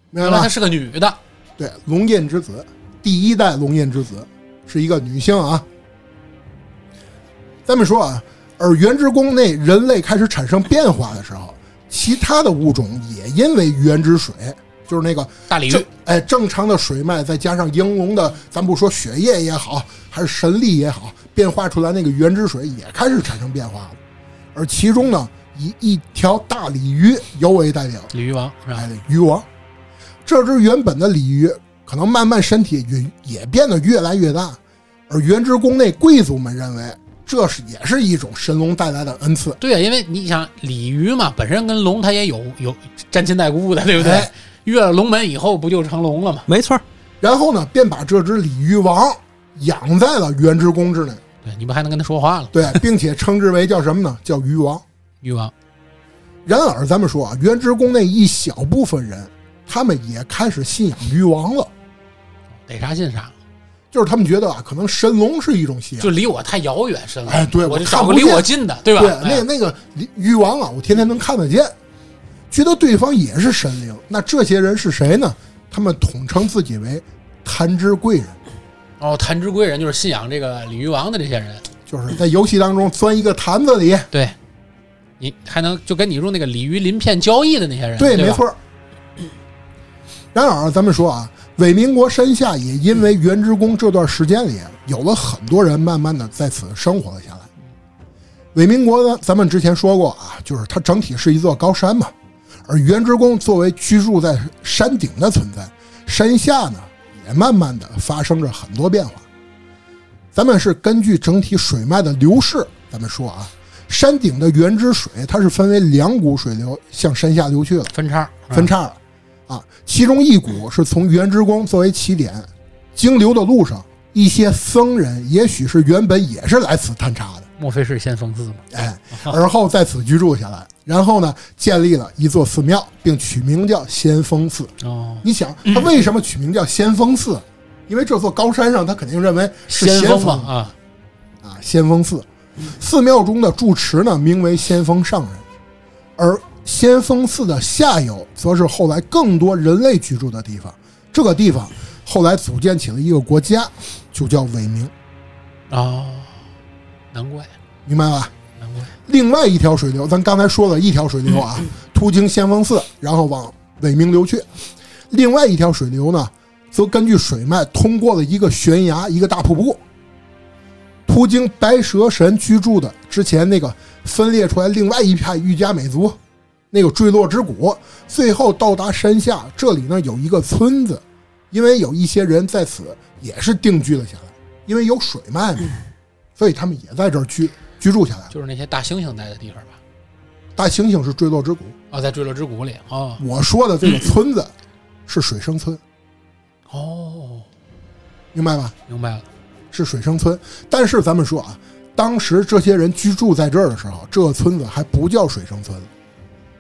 S2: 明白
S3: 原来
S2: 吗
S3: 她？是个女的，
S2: 对，龙焰之子，第一代龙焰之子是一个女性啊。咱们说啊，而原之宫内人类开始产生变化的时候，其他的物种也因为原之水，就是那个
S3: 大鲤鱼
S2: 正哎正常的水脉，再加上应龙的，咱不说血液也好，还是神力也好，变化出来那个原之水也开始产生变化了。而其中呢，以一条大鲤鱼尤为代表，
S3: 鲤鱼王是吧？
S2: 来的哎鱼王。这只原本的鲤鱼可能慢慢身体也也变得越来越大，而原之宫内贵族们认为这是也是一种神龙带来的恩赐，
S3: 对啊，因为你想鲤鱼嘛，本身跟龙它也有有沾亲带故的，对不对
S2: 哎？
S3: 越了龙门以后不就成龙了吗？
S1: 没错儿，
S2: 然后呢，便把这只鲤鱼王养在了原之宫之内，
S3: 对，你不还能跟他说话了？
S2: 对，并且称之为叫什么呢？叫鱼王。
S3: 鱼王，
S2: 然而，咱们说啊，原之宫内一小部分人，他们也开始信仰鱼王了，
S3: 逮啥信啥，
S2: 就是他们觉得啊，可能神龙是一种信仰
S3: 就。离我太遥远深了。
S2: 哎对
S3: 我
S2: 我
S3: 就
S2: 看
S3: 找个
S2: 不
S3: 离
S2: 见
S3: 我近的，对吧？
S2: 对，
S3: 哎
S2: 那那个鱼王啊，我天天能看得见，觉得对方也是神灵。那这些人是谁呢？他们统称自己为坛之贵人，
S3: 哦，坛之贵人就是信仰这个鲤鱼王的这些人，
S2: 就是在游戏当中钻一个坛子里。
S3: 对，你还能就跟你用那个鲤鱼鳞片交易的那些人，
S2: 对，
S3: 吧
S2: 没，错儿。然而，咱们说啊，伪民国山下也因为原之宫这段时间里，啊有了很多人慢慢的在此生活了下来。伪民国呢，咱们之前说过啊，就是它整体是一座高山嘛，而原之宫作为居住在山顶的存在，山下呢也慢慢的发生着很多变化。咱们是根据整体水脉的流逝，咱们说啊，山顶的原之水它是分为两股水流向山下流去了。
S3: 分叉，是吧
S2: 分叉了啊。其中一股是从原之宫作为起点，经流的路上，一些僧人也许是原本也是来此探查的，
S3: 莫非是先锋寺吗？
S2: 哎，而后在此居住下来，然后呢，建立了一座寺庙，并取名叫先锋寺。
S3: 哦，
S2: 你想，他为什么取名叫先锋寺？因为这座高山上，他肯定认为是
S3: 先锋嘛
S2: 锋
S3: 啊，
S2: 啊，先锋寺。寺庙中的住持呢，名为先锋上人，而先锋寺的下游则是后来更多人类居住的地方。这个地方后来组建起了一个国家，就叫伪明，
S3: 哦，难怪，
S2: 明白吧？
S3: 难怪，
S2: 另外一条水流，咱刚才说了一条水流啊，途经先锋寺，然后往伪明流去。另外一条水流呢，则根据水脉通过了一个悬崖，一个大瀑布，途经白蛇神居住的之前那个分裂出来另外一派玉家美族，那个坠落之谷，最后到达山下。这里呢有一个村子，因为有一些人在此也是定居了下来，因为有水脉嘛，所以他们也在这儿居居住下来了。
S3: 就是那些大猩猩待的地方吧？
S2: 大猩猩是坠落之谷。
S3: 哦，在坠落之谷里，哦，
S2: 我说的这个村子是水生村，
S3: 哦，
S2: 明白吧？
S3: 明白了，
S2: 是水生村。但是咱们说啊，当时这些人居住在这儿的时候，这个村子还不叫水生村，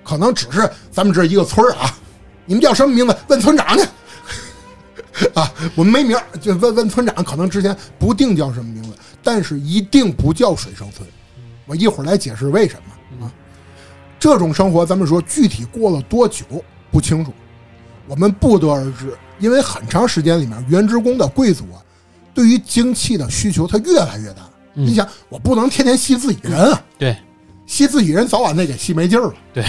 S2: 可能只是咱们这一个村儿啊。你们叫什么名字？问村长去。 啊，我们没名儿，就问问村长。可能之前不定叫什么名字，但是一定不叫水生村。我一会儿来解释为什么啊。这种生活，咱们说具体过了多久不清楚，我们不得而知，因为很长时间里面，原职工的贵族啊，对于精气的需求它越来越大。
S3: 嗯
S2: 你想，我不能天天吸自己人啊，
S3: 对，
S2: 吸自己人早晚得给吸没劲儿了。
S3: 对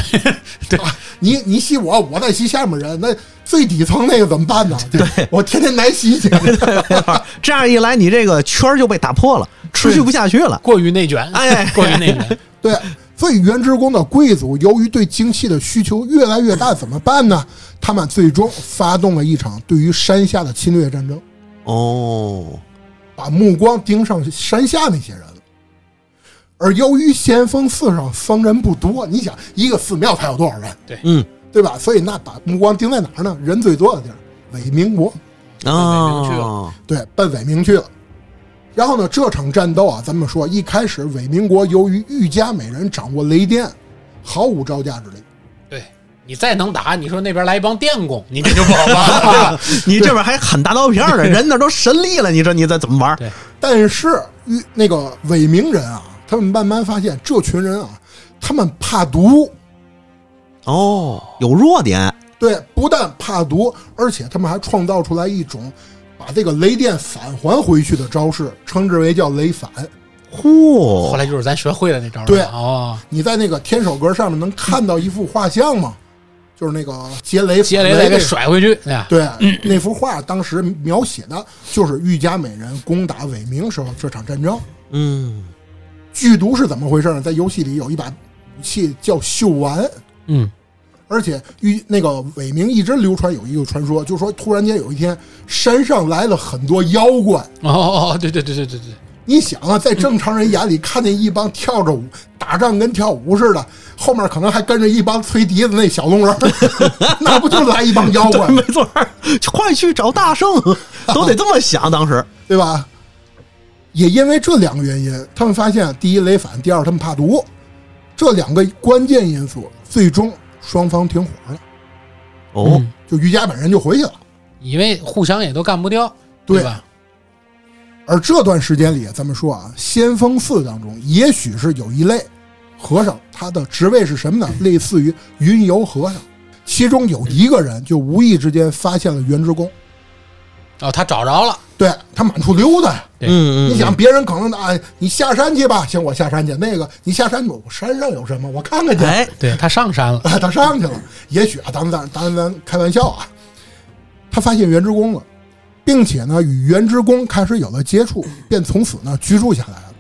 S2: 对吧？你你吸我，我再吸下面人，那最底层那个怎么办呢？对， 我天天挨吸去。
S1: 这样一来，你这个圈儿就被打破了，持续不下去了。
S3: 过于内卷，
S1: 哎，
S3: 过于内卷，
S2: 对，所以原职工的贵族由于对精气的需求越来越大，怎么办呢？他们最终发动了一场对于山下的侵略战争，
S1: 哦，
S2: 把目光盯上山下那些人了。而由于咸丰寺上僧人不多，你想一个寺庙才有多少人？
S1: 嗯
S2: 对吧？所以那把目光盯在哪儿呢？人最多的地儿，伪民国。
S1: 啊
S3: 北京去，
S2: 对，奔伪明去了。然后呢，这场战斗啊，咱们说一开始伪民国由于愈加美人掌握雷电，毫无招架之力。
S3: 对你再能打，你说那边来一帮电工，你这就不好办了， 对吧？
S1: 你这边还喊大刀片儿呢，人那都神力了，你这你再怎么玩儿？
S3: 对
S2: 但是愈那个伪明人啊，他们慢慢发现这群人啊，他们怕毒，
S1: 哦，有弱点，
S2: 对，不但怕毒，而且他们还创造出来一种把这个雷电返还回去的招式，称之为叫雷返。
S1: 嚯
S3: 后，来就是咱学会了那招儿了，
S2: 对
S3: 哦，
S2: 你在那个天守阁上面能看到一幅画像吗？就是那个劫雷
S3: 杰雷
S2: 反雷
S3: 再
S2: 那
S3: 给
S2: 个
S3: 甩回去，哎呀，
S2: 对，那幅画当时描写的就是愈加美人攻打伪明时候这场战争。
S1: 嗯，
S2: 剧毒是怎么回事呢？在游戏里有一把武器叫绣丸，
S3: 嗯，
S2: 而且愈那个伪明一直流传有一个传说，就说突然间有一天山上来了很多妖怪。
S3: 哦哦哦，对对对对对对，
S2: 你想啊，在正常人眼里看见一帮跳着舞打仗跟跳舞似的，后面可能还跟着一帮吹笛子那小龙人儿，那不就来一帮妖怪
S1: 对，
S2: 吗
S1: 没？错儿，快去找大 圣，都得这么想。当时，
S2: 对吧？也因为这两个原因，他们发现第一雷反，第二他们怕毒，这两个关键因素，最终双方停火了，
S1: 哦，
S3: 嗯
S2: 就于家本人就回去了。
S3: 因为互相也都干不掉，
S2: 对
S3: 吧？
S2: 而这段时间里，咱们说啊，先锋寺当中也许是有一类和尚，他的职位是什么呢？类似于云游和尚。其中有一个人就无意之间发现了袁之公，
S3: 哦，他找着了，
S2: 对他满处溜达呀。
S3: 对
S1: 嗯嗯，
S2: 你想别人可能啊，你下山去吧，行，我下山去。那个你下山去，我山上有什么，我看看去。
S1: 哎，
S3: 对他上山了，
S2: 啊， 他上去了。也许啊，咱们咱咱咱开玩笑啊，他发现原职工了，并且呢与原职工开始有了接触，
S1: 嗯
S2: 便从此呢居住下来了。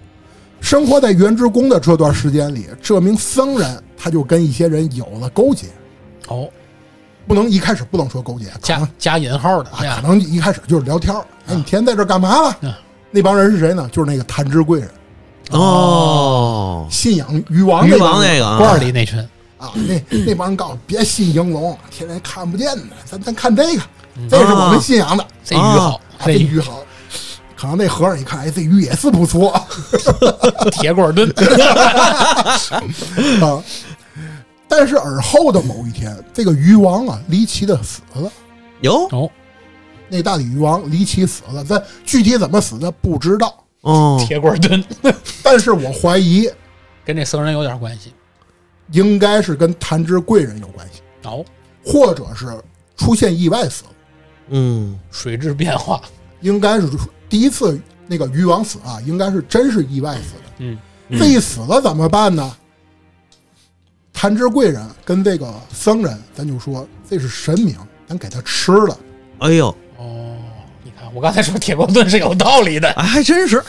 S2: 生活在原职工的这段时间里，这名僧人他就跟一些人有了勾结，
S3: 哦，
S2: 不能一开始不能说勾结，可能
S3: 加加引号的，哎
S2: 啊，可
S3: 呀，
S2: 能一开始就是聊天儿。
S1: 啊
S2: 哎，你天天在这儿干嘛了？
S3: 嗯
S2: 那帮人是谁呢？就是那个谭之贵人，
S1: 哦，
S2: 信仰鱼王
S1: 鱼
S2: 那
S1: 王
S2: 个
S1: 那个
S3: 罐
S1: 啊
S3: 儿，里那群，
S2: 啊，那那帮人告诉我别信应龙，天天看不见的，咱咱看这个，
S1: 嗯
S2: 这是
S1: 啊
S2: 我们信仰的，
S3: 这鱼好，
S2: 啊，
S3: 这
S2: 这
S3: 鱼
S2: 鱼好。可能那和尚一看，哎，这鱼也是不错啊。
S3: 铁棍 儿蹲，
S2: 但是而后的某一天，这个鱼王啊，离奇的死了。
S1: 有
S3: 哦，
S2: 那大鲤鱼王离奇死了，咱具体怎么死的不知道，
S1: 哦，
S3: 铁棍儿蹲，
S2: 但是我怀疑
S3: 跟这僧人有点关系，
S2: 应该是跟谭之贵人有关系，
S3: 哦，
S2: 或者是出现意外死了，
S1: 嗯，
S3: 水质变化，
S2: 应该是第一次那个鱼王死啊，应该是真是意外死的。
S3: 嗯，
S2: 这一死了怎么办呢？谭之贵人跟这个僧人，咱就说这是神明，咱给他吃了。
S1: 哎呦，
S3: 哦，你看我刚才说铁棍儿蹲是有道理的，
S1: 哎，还真是，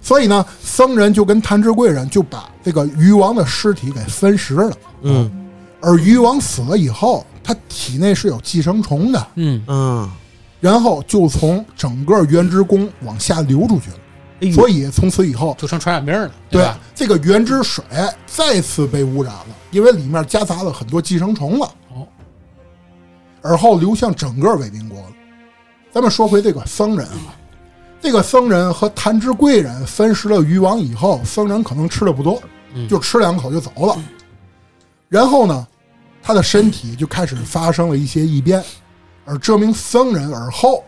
S2: 所以呢，僧人就跟谭之贵人就把这个鱼王的尸体给分食了。
S1: 嗯
S2: 而鱼王死了以后，他体内是有寄生虫的，
S3: 嗯，
S1: 嗯，
S2: 然后就从整个原之宫往下流出去了。
S1: 哎呦
S2: 所以从此以后，
S3: 就成传染病了，
S2: 对
S3: 吧？
S2: 这个原之水再次被污染了，因为里面夹杂了很多寄生虫了。
S3: 哦，
S2: 而后流向整个伪民国了。咱们说回这个僧人啊，这个僧人和谭之贵人分食了鱼王以后，僧人可能吃的不多，
S3: 嗯
S2: 就吃两口就走了。然后呢，他的身体就开始发生了一些异变，而这名僧人而后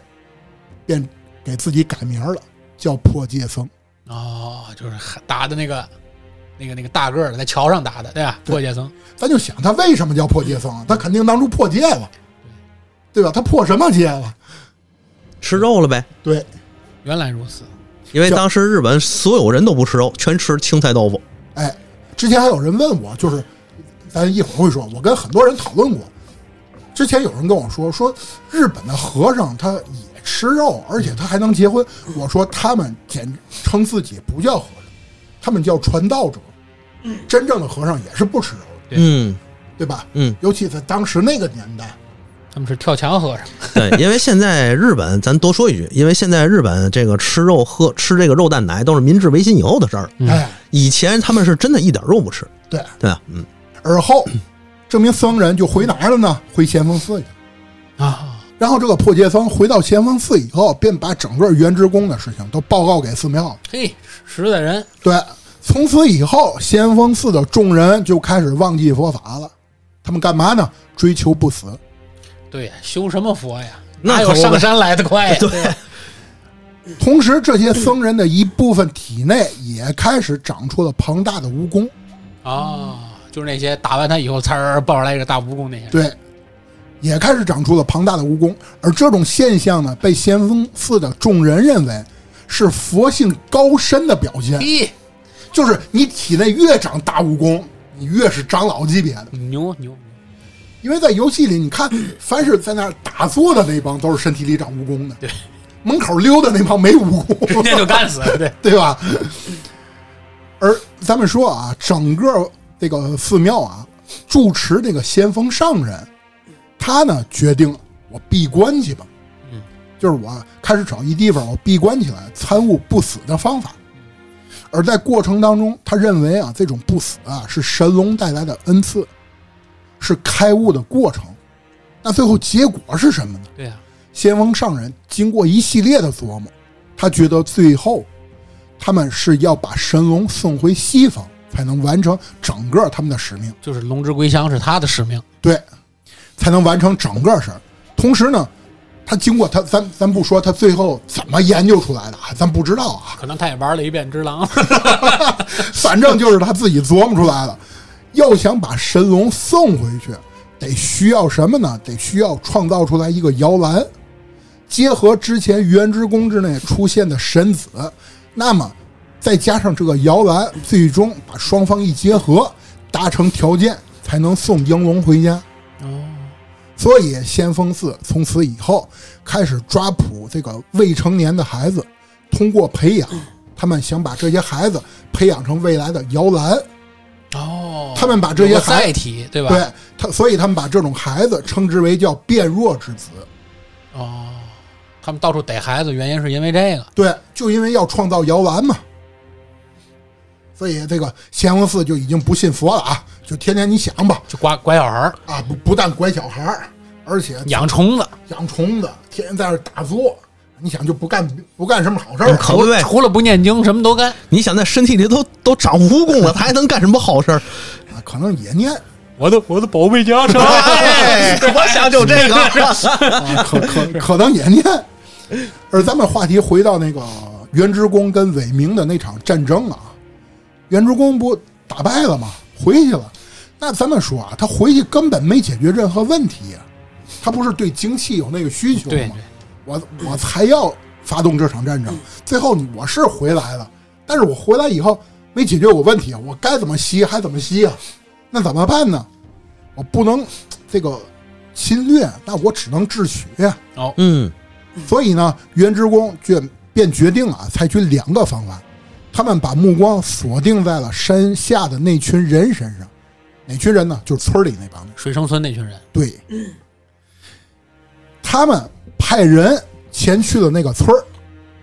S2: 便给自己改名了，叫破戒僧。
S3: 哦，就是打的那个。那个那个大个儿的，在桥上打的，对吧？
S2: 对
S3: 破戒僧，
S2: 咱就想他为什么叫破戒僧啊？他肯定当初破戒了，对吧？他破什么戒了？
S1: 吃肉了呗。
S2: 对，
S3: 原来如此，
S1: 因为当时日本所有人都不吃肉，全吃青菜豆腐。
S2: 哎，之前还有人问我，就是咱一会儿会说，我跟很多人讨论过。之前有人跟我说，说日本的和尚他也吃肉，而且他还能结婚。我说他们简称自己不叫和尚，他们叫传道者。真正的和尚也是不吃肉的，
S1: 嗯
S2: 对吧？
S1: 嗯，
S2: 尤其在当时那个年代，
S3: 他们是跳墙和尚，
S1: 对，因为现在日本，咱多说一句，因为现在日本这个吃肉喝吃这个肉蛋奶都是明治维新以后的事儿，
S3: 嗯
S2: 哎，
S1: 以前他们是真的一点肉不吃，
S2: 对。
S1: 对吧？嗯，
S2: 而后，这名僧人就回哪儿了呢？回咸丰寺去。
S3: 啊，
S2: 然后这个破戒僧回到咸丰寺以后，便把整个原职工的事情都报告给寺庙了。
S3: 嘿，实在人，
S2: 对，从此以后，咸丰寺的众人就开始忘记佛法了。他们干嘛呢？追求不死。
S3: 对呀，修什么佛呀？
S1: 那
S3: 哪有
S1: 可不呗
S3: 上山来的
S1: 哎
S3: 快
S1: 啊
S3: 呀？对，
S2: 同时，这些僧人的一部分体内也开始长出了庞大的蜈蚣。
S3: 啊，就是那些打完他以后，呲儿爆出来一个大蜈蚣那些人，
S2: 对，也开始长出了庞大的蜈蚣。而这种现象呢，被咸丰寺的众人认为是佛性高深的表现，
S3: 嘿，
S2: 就是你体内越长大蜈蚣，你越是长老级别的。
S3: 牛牛，
S2: 因为在游戏里，你看，凡是在那儿打坐的那帮都是身体里长蜈蚣的，
S3: 对，
S2: 门口溜达那帮没蜈
S3: 直接
S2: 蚣，
S3: 就干死了，对，
S2: 对吧？而咱们说啊，整个这个寺庙啊，住持这个先锋上人，他呢决定我闭关去吧，
S3: 嗯，
S2: 就是我开始找一地方我闭关起来，参悟不死的方法。而在过程当中，他认为啊，这种不死啊是神龙带来的恩赐，是开悟的过程。那最后结果是什么呢？
S3: 对呀，
S2: 先锋上人经过一系列的琢磨，他觉得最后他们是要把神龙送回西方，才能完成整个他们的使命，
S3: 就是龙之归乡是他的使命，
S2: 对，才能完成整个事儿。同时呢，他经过他咱咱不说他最后怎么研究出来的，啊，咱不知道啊，
S3: 可能他也玩了一遍只狼，
S2: 反正就是他自己琢磨出来了。要想把神龙送回去，得需要什么呢？得需要创造出来一个摇篮，结合之前原之宫之内出现的神子，那么再加上这个摇篮，最终把双方一结合，达成条件，才能送英龙回家。
S3: 哦，
S2: 所以先锋寺从此以后开始抓捕这个未成年的孩子，通过培养，他们想把这些孩子培养成未来的摇篮。
S3: 哦，
S2: 他们把这些
S3: 有个
S2: 孩
S3: 载体，对吧？
S2: 对他，所以他们把这种孩子称之为叫变弱之子。
S3: 哦，他们到处逮孩子，原因是因为这个。
S2: 对，就因为要创造摇篮嘛。所以这个咸丰寺就已经不信佛了啊，就天天你想吧
S3: 就拐拐小孩儿、
S2: 啊，不不但拐小孩儿，而且
S3: 养虫子，
S2: 养虫子，天天在这儿打坐。你想就不干不干什么好事儿
S1: 嗯，可不呗。
S3: 除了不念经什么都干。
S1: 你想在身体里都都长蜈蚣了，他还能干什么好事儿？
S2: 啊可能也念，
S3: 我的我的宝贝家常，
S1: 哎，我想就这 个。
S2: 啊，可可 可能也念。而咱们话题回到那个袁之公跟韦明的那场战争啊，袁之公不打败了吗？回去了。那咱们说啊，他回去根本没解决任何问题啊，他不是对精气有那个需求
S3: 对
S2: 吗
S3: 对？
S2: 我我才要发动这场战争。最后你我是回来了，但是我回来以后没解决我问题啊，我该怎么吸还怎么吸啊？那怎么办呢？我不能这个侵略，那我只能智取啊呀。
S1: 嗯
S2: 所以呢，原职工决便决定啊，采取两个方案。他们把目光锁定在了山下的那群人身上，哪群人呢？就是村里那帮人。
S3: 水生村那群人，
S2: 对，他们派人前去了那个村儿，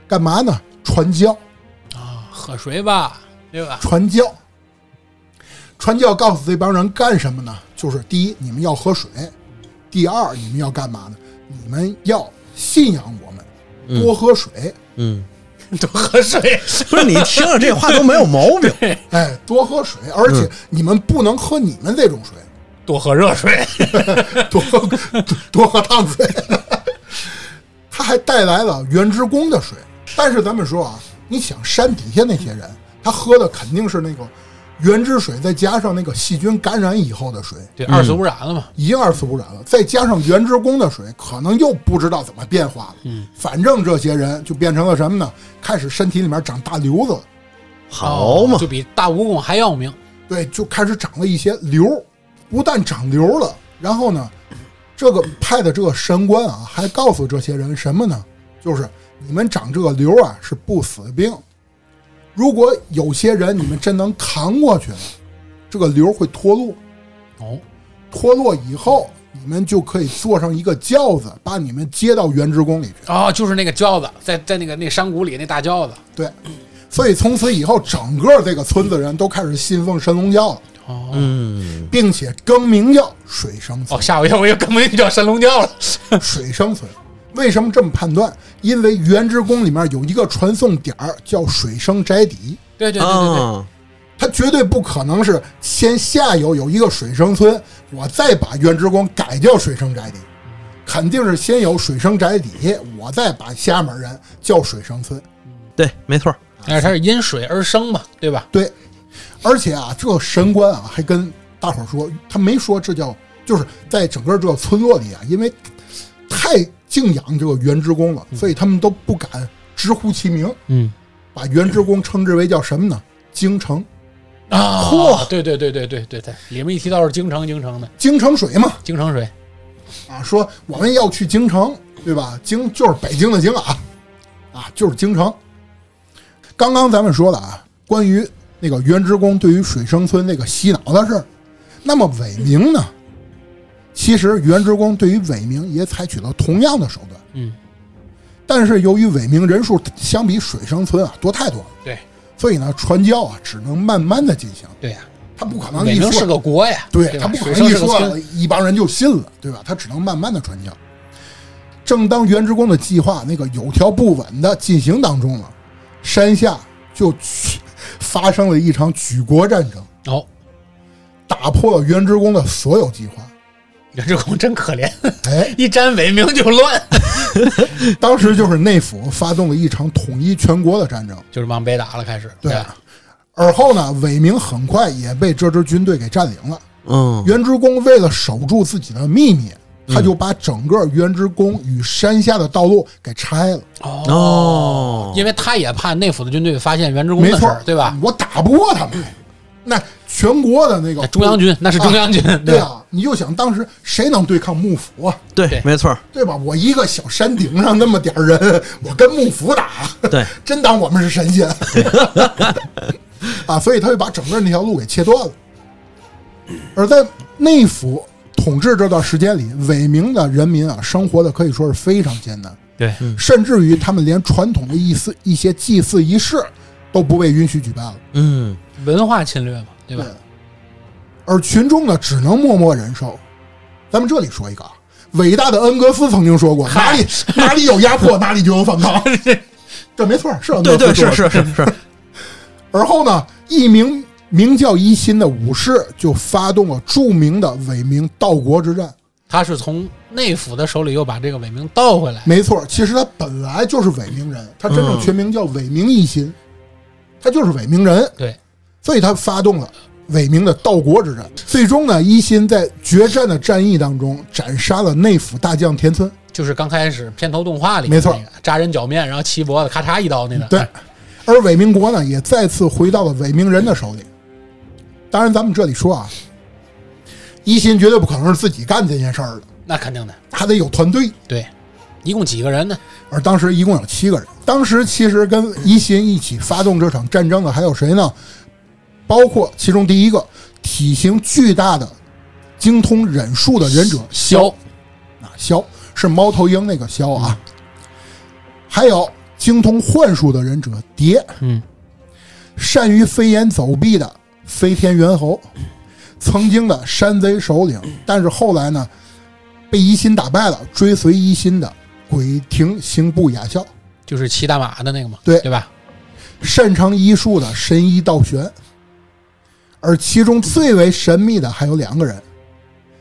S2: 干嘛呢？传教，
S3: 啊，喝水吧，对吧？
S2: 传教，传教告诉这帮人干什么呢？就是第一，你们要喝水；第二，你们要干嘛呢？你们要信仰我们，多喝水。
S1: 嗯，
S3: 多喝水，
S1: 不是你听着这话都没有毛病。
S2: 哎，多喝水，而且你们不能喝你们这种水，
S3: 多喝热水。
S2: 多喝 多多喝烫水。他还带来了原职工的水，但是咱们说啊，你想山底下那些人，他喝的肯定是那个原汁水，再加上那个细菌感染以后的水，
S3: 对，二次污染了嘛，
S2: 已经二次污染了，再加上原职工的水，可能又不知道怎么变化了。嗯，反正这些人就变成了什么呢？开始身体里面长大瘤子了。
S1: 好嘛
S3: 哦就，比大蜈蚣还要命。
S2: 对，就开始长了一些瘤，不但长瘤了，然后呢，这个派的这个神官啊，还告诉这些人什么呢？就是你们长这个瘤啊是不死的病，如果有些人你们真能扛过去了，这个瘤会脱落，
S3: 哦，
S2: 脱落以后你们就可以坐上一个轿子，把你们接到原职宫里去。
S3: 哦，就是那个轿子，在在那个那山谷里那大轿子。
S2: 对，所以从此以后，整个这个村子人都开始信奉神龙教了，
S3: 哦、
S1: 嗯，
S2: 并且更名叫水生村
S3: 哦，。吓我一跳，我以为根本就叫神龙教了。
S2: 水生村为什么这么判断？因为原职宫里面有一个传送点儿叫水生宅邸，
S3: 对对对对对，
S1: 啊，
S2: 它绝对不可能是先下游有一个水生村，我再把原职宫改叫水生宅邸。肯定是先有水生宅邸，我再把下面人叫水生村。
S1: 对，没错儿，
S3: 但哎是它是因水而生嘛，对吧？
S2: 对，而且啊，这个神官啊还跟大伙儿说，他没说这叫，就是在整个这个村落里啊，因为太敬仰这个原职工了，所以他们都不敢直呼其名，
S3: 嗯
S2: 把原职工称之为叫什么呢？京城，
S3: 啊，
S2: 嚯
S3: 对对对对对对对，里面一提到是京城京城的
S2: 京城水嘛，
S3: 京城水，
S2: 啊，说我们要去京城，对吧？京就是北京的京啊，啊，就是京城。刚刚咱们说了啊，关于那个原职工对于水生村那个洗脑的事儿，那么伟明呢？其实原职工对于伟明也采取了同样的手段，
S3: 嗯，
S2: 但是由于伟明人数相比水生村啊多太多了，
S3: 对
S2: 所以呢传教啊只能慢慢的进行，
S3: 对呀、
S2: 他不可能
S3: 北
S2: 一
S3: 京
S2: 说
S3: 是个国呀，
S2: 对
S3: 吧
S2: 他不可
S3: 水
S2: 能一
S3: 生是个
S2: 说啊
S3: 村，
S2: 一帮人就信了，对吧？他只能慢慢的传教。正当原职工的计划那个有条不紊的进行当中了，山下就举发生了一场举国战争，
S3: 哦，
S2: 打破了原职工的所有计划。
S3: 袁志公真可怜，
S2: 哎，
S3: 一沾伟明就乱，
S2: 当时就是内府发动了一场统一全国的战争。
S3: 就是往北打了，开始
S2: 对啊
S3: 吧
S2: 而后呢，伟明很快也被这支军队给占领了。
S1: 嗯，
S2: 原职工为了守住自己的秘密，他就把整个原职工与山下的道路给拆了。
S1: 哦，
S3: 因为他也怕内府的军队发现袁志嗯公
S2: 没
S3: 的事
S2: 错嗯
S3: 儿，，对吧？？
S2: 我打不过他们，那全国的那个啊
S3: 哎中央军那是中央军，
S2: 对
S3: 吧？
S2: 啊，你就想当时谁能对抗幕府啊？
S1: 对
S3: 对，
S1: 没错儿，
S2: 对吧？我一个小山顶上那么点儿人，我跟幕府打，
S1: 对，
S2: 真当我们是 神仙啊！所以他就把整个那条路给切断了。而在内府统治这段时间里，伟明的人民啊，生活的可以说是非常艰难，
S3: 对，
S2: 甚至于他们连传统的一丝一些祭祀仪式都不被允许举办了。
S1: 嗯，
S3: 文化侵略嘛，对吧？
S2: 而群众呢，只能默默忍受。咱们这里说一个啊，伟大的恩格斯曾经说过：“哪
S3: 嗨
S2: 里哪里有压迫，哪里就有反 抗。”这没错，是恩格
S1: 对
S2: 斯
S1: 对
S2: 说
S1: 是
S2: 的
S1: 是是 是，
S2: 而后呢，一名名叫一心的武士就发动了著名的伪明道国之战。
S3: 他是从内府的手里又把这个伟明盗回来，
S2: 没错，其实他本来就是伪明人，他真正
S1: 嗯
S2: 全名叫伪明一心，他就是伪明人。
S3: 对，
S2: 所以他发动了伟明的道国之战。最终呢，一心在决战的战役当中斩杀了内府大将田村。
S3: 就是刚开始片头动画里
S2: 没错嗯
S3: 那个扎人脚面，然后齐脖子咔嚓一刀那个，
S2: 对，而伪民国呢，也再次回到了伪民人的手里。当然，咱们这里说啊，一心绝对不可能是自己干这件事儿的，
S3: 那肯定的，
S2: 还得有团队。
S3: 对，一共几个人呢？
S2: 而当时一共有七个人。当时其实跟一心一起发动这场战争的还有谁呢？包括其中第一个体型巨大的、精通忍术的忍者
S3: 枭，
S2: 啊，枭是猫头鹰那个枭啊，还有精通幻术的忍者蝶，
S3: 嗯，
S2: 善于飞檐走壁的飞天猿猴，曾经的山贼首领，但是后来呢，被一心打败了，追随一心的鬼庭刑部雅笑，
S3: 就是骑大马的那个嘛，
S2: 对
S3: 对吧？
S2: 擅长医术的神医道玄，而其中最为神秘的还有两个人，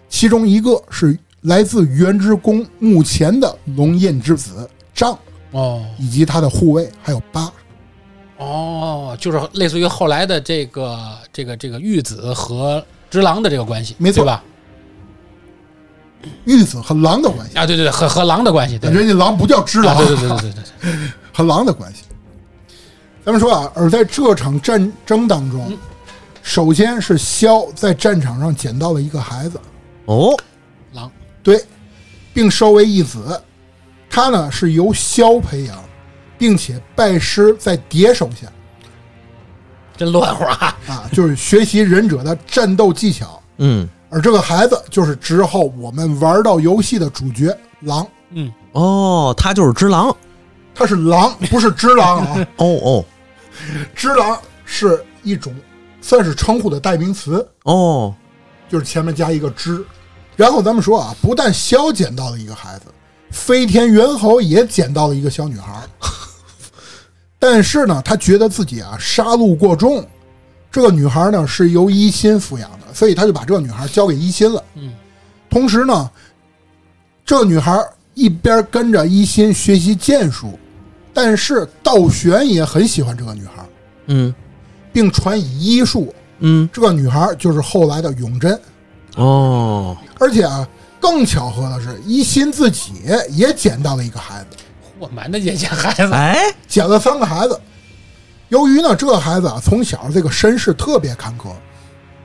S2: 其中一个是来自原之宫目前的龙印之子丈，
S3: 哦
S2: 以及他的护卫，还有八。
S3: 哦，就是类似于后来的这个这个这个玉子和之狼的这个关系，
S2: 没错
S3: 对吧？
S2: 玉子和狼的关系，
S3: 啊，对对对，和和狼的关系，对，
S2: 人家狼不叫只狼，
S3: 啊对对对对对对对，嗯
S2: 和狼的关系。咱们说啊，而在这场战争当中，首先是萧在战场上捡到了一个孩子，
S1: 哦，
S3: 狼，
S2: 对，并收为义子。他呢是由萧培养，并且拜师在蝶手下
S3: 真乱乎啊！
S2: 啊，就是学习忍者的战斗技巧。
S1: 嗯，
S2: 而这个孩子就是之后我们玩到游戏的主角狼，
S3: 嗯，
S1: 哦，他就是只狼，
S2: 他是狼，不是只狼啊，
S1: 哦哦
S2: 只狼是一种算是称呼的代名词。
S1: 哦，
S2: 就是前面加一个之。然后咱们说啊，不但萧捡到了一个孩子，飞天猿猴也捡到了一个小女孩。 但是呢，他觉得自己啊杀戮过重，这个女孩呢是由一心抚养的，所以他就把这个女孩交给一心了。
S3: 嗯，
S2: 同时呢，这个女孩一边跟着一心学习剑术，但是道玄也很喜欢这个女孩，
S1: 嗯
S2: 并传以医术。
S1: 嗯
S2: 这个女孩就是后来的永贞。
S1: 哦，
S2: 而且啊，更巧合的是，一心自己也捡到了一个孩子，
S3: 我瞒着姐姐孩子，
S1: 哎，
S2: 捡了三个孩子。由于呢，这个孩子啊，从小这个身世特别坎坷，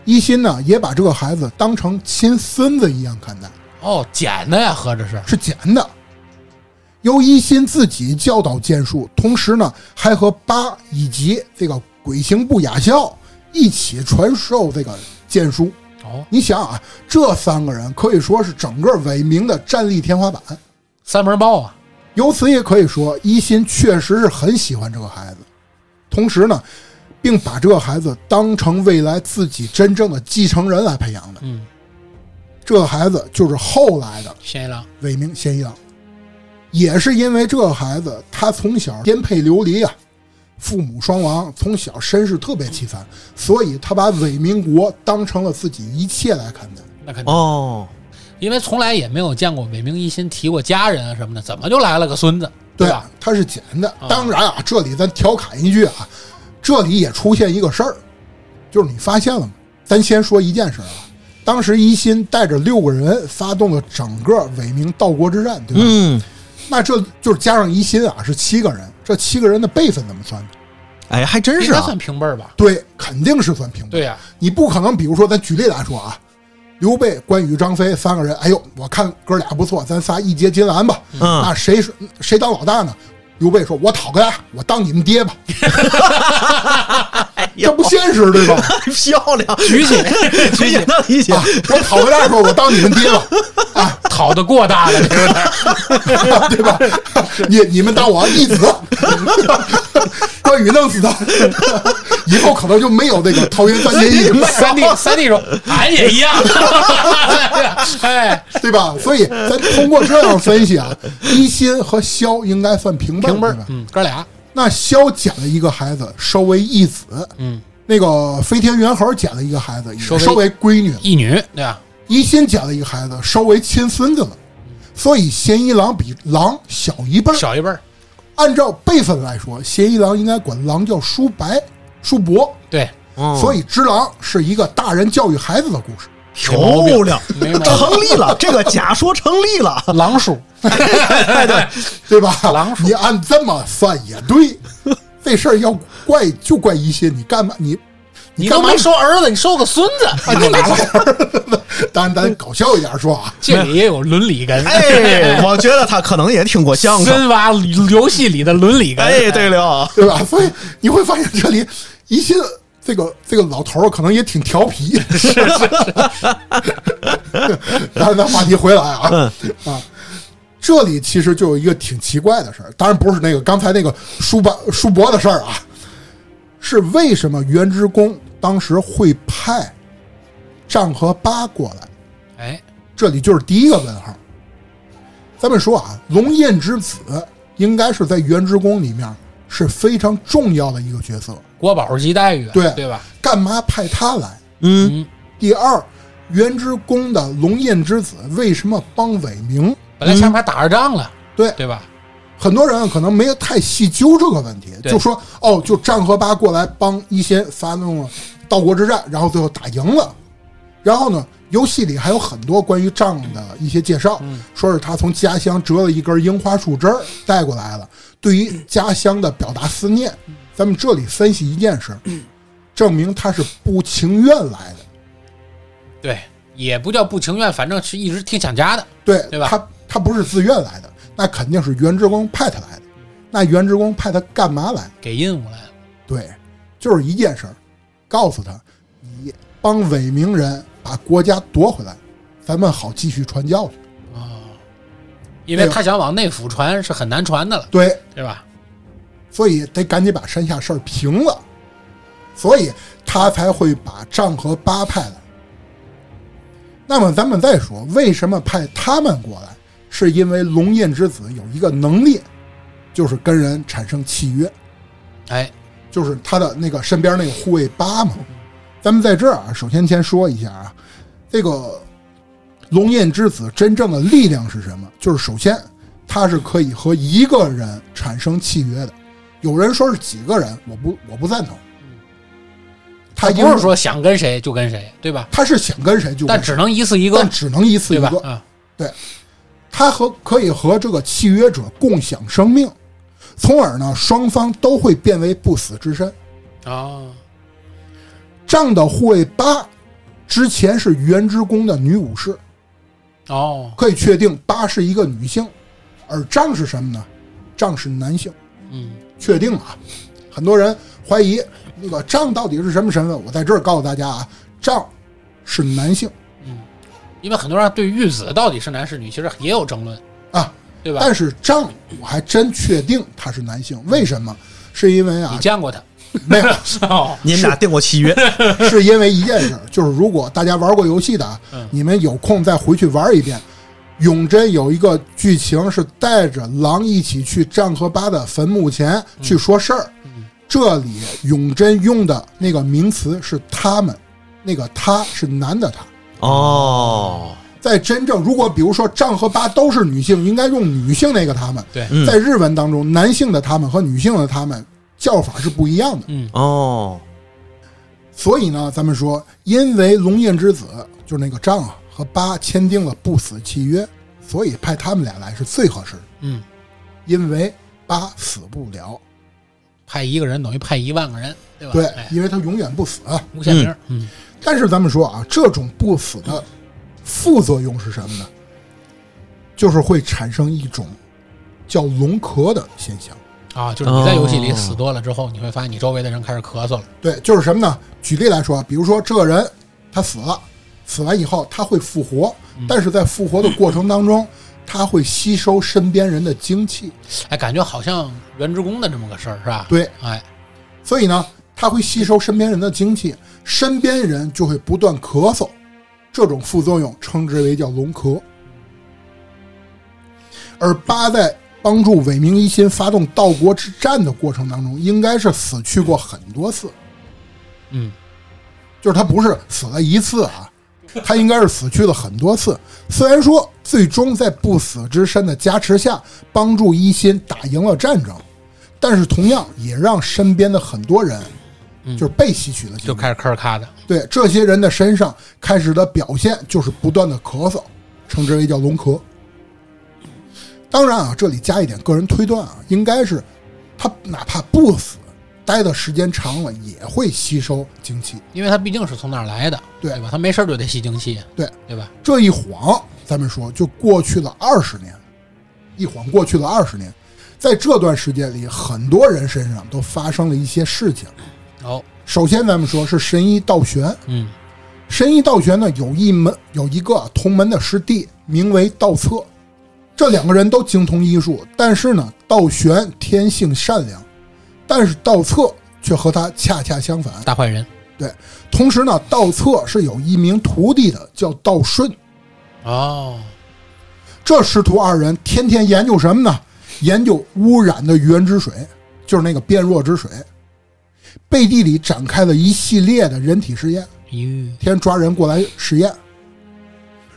S2: 一心呢也把这个孩子当成亲孙子一样看待，
S3: 哦，捡的呀，合着是，
S2: 是捡的。由一心自己教导剑术，同时呢，还和八以及这个鬼行部雅笑一起传授这个剑术。
S3: 哦，
S2: 你想啊，这三个人可以说是整个伟明的战力天花板。
S3: 三门豹啊，
S2: 由此也可以说，一心确实是很喜欢这个孩子，同时呢，并把这个孩子当成未来自己真正的继承人来培养的。
S3: 嗯，
S2: 这个孩子就是后来的
S3: 嫌疑狼，
S2: 伟明贤一郎，也是因为这个孩子，他从小颠沛流离啊，父母双亡，从小身世特别凄惨，所以他把伪民国当成了自己一切来看待。
S3: 那肯定，
S1: 哦，
S3: 因为从来也没有见过伟明一心提过家人啊什么的，怎么就来了个孙子？
S2: 对
S3: 吧？，
S2: 他是捡的
S3: 啊。
S2: 当然啊，这里咱调侃一句啊，这里也出现一个事儿，就是你发现了吗？咱先说一件事儿啊，当时一心带着六个人发动了整个伟明道国之战，对吧？
S1: 嗯，
S2: 那这就是加上一心啊，是七个人，这七个人的辈分怎么算呢？
S1: 哎，还真
S3: 应
S1: 是
S3: 该
S1: 啊，
S3: 算平辈儿吧？
S2: 对，肯定是算平辈。
S3: 对呀、
S2: 你不可能，比如说，咱举例来说啊，刘备、关羽、张飞三个人，哎呦，我看哥俩不错，咱仨一结金兰吧。
S1: 嗯
S2: 那谁是谁当老大呢？刘备说：“我讨个大，我当你们爹吧。
S1: 哎”
S2: 这不现 实对吧？
S1: 漂亮，
S3: 举起，举
S1: 理解
S3: 起，
S1: 能理解
S2: 啊，我讨个大说：“我当你们爹吧。
S3: 讨得过大了，这有点儿
S2: 啊”对吧？你你们当我义子，关羽弄死他，以后可能就没有那个桃园三结义，
S3: 三弟，三弟说，俺也一样， 哎，
S2: 对吧？所以咱通过这样分析 啊，一心和萧应该算平辈儿
S3: 平辈
S2: 对
S3: 儿
S2: 吧，
S3: 嗯，哥俩，
S2: 那萧捡了一个孩子，收为义子；
S3: 嗯，
S2: 那个飞天猿猴捡了一个孩子，也
S3: 收为
S2: 收为闺女了。
S3: 义女，对吧？
S2: 一心捡了一个孩子，收为亲孙子了，所以贤一郎比狼小一辈儿。
S3: 小一辈儿，
S2: 按照辈分来说，贤一郎应该管狼叫叔伯、叔伯，
S3: 对，
S2: 所
S1: 以
S2: 以只狼是一个大人教育孩子的故事。
S1: 漂亮，
S3: 没毛病
S1: 成立了，这个假说成立了，
S3: 狼叔，
S2: 对吧？
S3: 狼叔
S2: 你按这么算也对，这事儿要怪就怪一心，你干嘛你
S3: 你
S2: 干
S3: 都
S2: 嘛
S3: 没收儿子，你收个孙子，
S2: 啊？你哪来儿子？当然，咱搞笑一点说啊，
S3: 这里也有伦理根，
S1: 哎，我觉得他可能也听过相声，
S3: 深挖游戏里的伦理根，
S1: 哎，对了，
S2: 对吧？所以你会发现这里一心这个这个老头儿可能也挺调皮。是是是。 但是咱话题回来啊、
S3: 嗯
S2: 啊，这里其实就有一个挺奇怪的事儿，当然不是那个刚才那个叔伯叔伯的事儿啊，是为什么袁之公当时会派张和八过来？
S3: 哎，
S2: 这里就是第一个问号。咱们说啊，龙焰之子应该是在原之宫里面是非常重要的一个角色，
S3: 国宝级待遇，
S2: 对
S3: 对吧？
S2: 干嘛派他来？
S1: 嗯
S3: 嗯，
S2: 第二，原之宫的龙焰之子为什么帮伟明？
S3: 本来前面还打着仗了，
S2: 对
S3: 对吧？
S2: 很多人可能没有太细究这个问题，
S3: 对
S2: 就说哦，就战和八过来帮一心发动了道国之战，然后最后打赢了。然后呢，游戏里还有很多关于仗的一些介绍，
S3: 嗯
S2: 说是他从家乡折了一根樱花树枝儿带过
S3: 嗯
S2: 来了，对于家乡的表达思念。咱们这里分析一件事，证明他是不情愿来的。
S3: 对，也不叫不情愿，反正是一直挺想家的。
S2: 对，
S3: 对吧
S2: 他他不是自愿来的，那肯定是袁志光派他来的。那袁志光派他干嘛来？
S3: 给印务来了，
S2: 对，就是一件事儿，告诉他，你帮伪明人把国家夺回来，咱们好继续传教去。
S3: 因为
S2: 对
S3: 他想往内府传是很难传的了，
S2: 对，
S3: 对吧？
S2: 所以得赶紧把山下事儿平了，所以他才会把张和八派来。那么咱们再说，为什么派他们过来？是因为龙印之子有一个能力，就是跟人产生契约，
S3: 哎，
S2: 就是他的那个身边那个护卫八嘛。咱们在这儿啊，首先先说一下啊，这个龙印之子真正的力量是什么？就是首先，他是可以和一个人产生契约的。有人说是几个人，我不我不赞同。他
S3: 他
S2: 因
S3: 不
S2: 为
S3: 是说想跟谁就跟谁，对吧？
S2: 他是想跟谁就跟
S3: 但
S2: 谁，
S3: 只能一次一个
S2: 但，只能一次一
S3: 对吧？
S2: 个。
S3: 啊，
S2: 他和可以和这个契约者共享生命，从而呢，双方都会变为不死之身。
S3: 哦，
S2: 仗的护卫八之前是原之宫的女武士，
S3: 哦，
S2: 可以确定八是一个女性，而仗是什么呢？仗是男性，
S3: 嗯，
S2: 确定啊。很多人怀疑那个仗到底是什么身份，我在这儿告诉大家啊，仗是男性
S3: 因为很多人对玉子到底是男是女，其实也有争论，
S2: 啊，
S3: 对吧？
S2: 但是仗我还真确定他是男性，为什么？是因为
S3: 你
S2: 啊，
S3: 见过他？
S2: 没有，
S3: 哦，
S1: 你们俩定过契约，
S2: 是因为一件事儿，就是如果大家玩过游戏的啊
S3: 嗯，
S2: 你们有空再回去玩一遍。永贞有一个剧情是带着狼一起去战和巴的坟墓前去说事儿，
S3: 嗯
S2: 这里永贞用的那个名词是他们，那个他是男的他。
S1: 哦，
S2: 在真正如果比如说丈和八都是女性，应该用女性那个他们。
S3: 对
S1: 嗯
S2: 在日文当中，男性的他们和女性的他们叫法是不一样的。
S3: 嗯
S1: 哦，
S2: 所以呢，咱们说，因为龙印之子就是那个丈啊和八签订了不死契约，所以派他们俩来是最合适的。
S3: 嗯，
S2: 因为八死不了，
S3: 派一个人等于派一万个人，对吧？
S2: 对
S3: 哎，
S2: 因为他永远不死。啊
S3: 无限名，嗯，
S2: 但是咱们说啊，这种不死的副作用是什么呢？就是会产生一种叫龙咳的现象。
S3: 啊，就是你在游戏里
S1: 哦
S3: 死多了之后，你会发现你周围的人开始咳嗽了，
S2: 对，就是什么呢？举例来说，比如说这个人他死了，死完以后他会复活，但是在复活的过程当中，他会吸收身边人的精气，
S3: 哎，感觉好像原职工的这么个事儿是吧？，
S2: 对，
S3: 哎，
S2: 所以呢，他会吸收身边人的精气，身边人就会不断咳嗽，这种副作用称之为叫龙咳。而八在帮助伟明一心发动道国之战的过程当中，应该是死去过很多次，
S3: 嗯，
S2: 就是他不是死了一次啊，他应该是死去了很多次。虽然说最终在不死之身的加持下，帮助一心打赢了战争，但是同样也让身边的很多人，就是被吸取了精
S3: 就
S2: 力，
S3: 开始咳咔的，
S2: 对这些人的身上开始的表现就是不断的咳嗽，称之为叫龙咳。当然啊，这里加一点个人推断啊，应该是他哪怕不死，待的时间长了也会吸收精气。
S3: 因为他毕竟是从那儿来的，
S2: 对
S3: 吧？他没事儿就得吸精气，
S2: 对
S3: 对吧？
S2: 这一晃，咱们说就过去了二十年，一晃过去了二十年，在这段时间里，很多人身上都发生了一些事情。
S3: 哦，
S2: 首先，咱们说是神医道玄，
S3: 嗯
S2: 神医道玄呢有一门有一个同门的师弟，名为道策，这两个人都精通医术，但是呢，道玄天性善良，但是道策却和他恰恰相反，。
S3: 大坏人
S2: 对，同时呢，道策是有一名徒弟的，叫道顺。
S3: 哦，
S2: 这师徒二人天天研究什么呢？研究污染的原之水，就是那个变弱之水。背地里展开了一系列的人体实验，
S3: 咦，
S2: 天天抓人过来实验。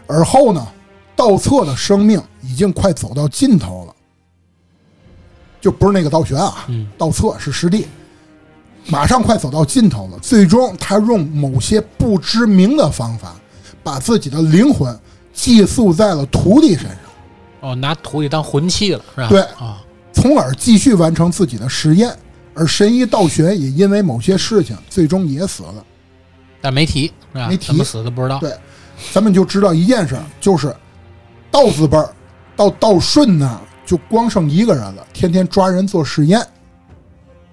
S2: 而后呢，道策的生命已经快走到尽头了，就不是那个道玄啊，
S3: 嗯
S2: 道策是师弟，马上快走到尽头了。最终，他用某些不知名的方法，把自己的灵魂寄宿在了徒弟身上。
S3: 哦，拿徒弟当魂器了是吧？
S2: 对
S3: 啊，
S2: 从而继续完成自己的实验。而神医道玄也因为某些事情最终也死了。
S3: 但没提是吧？
S2: 没提
S3: 怎么死的不知道。
S2: 对咱们就知道一件事儿，就是道字辈儿到道顺呢，就光剩一个人了，天天抓人做实验，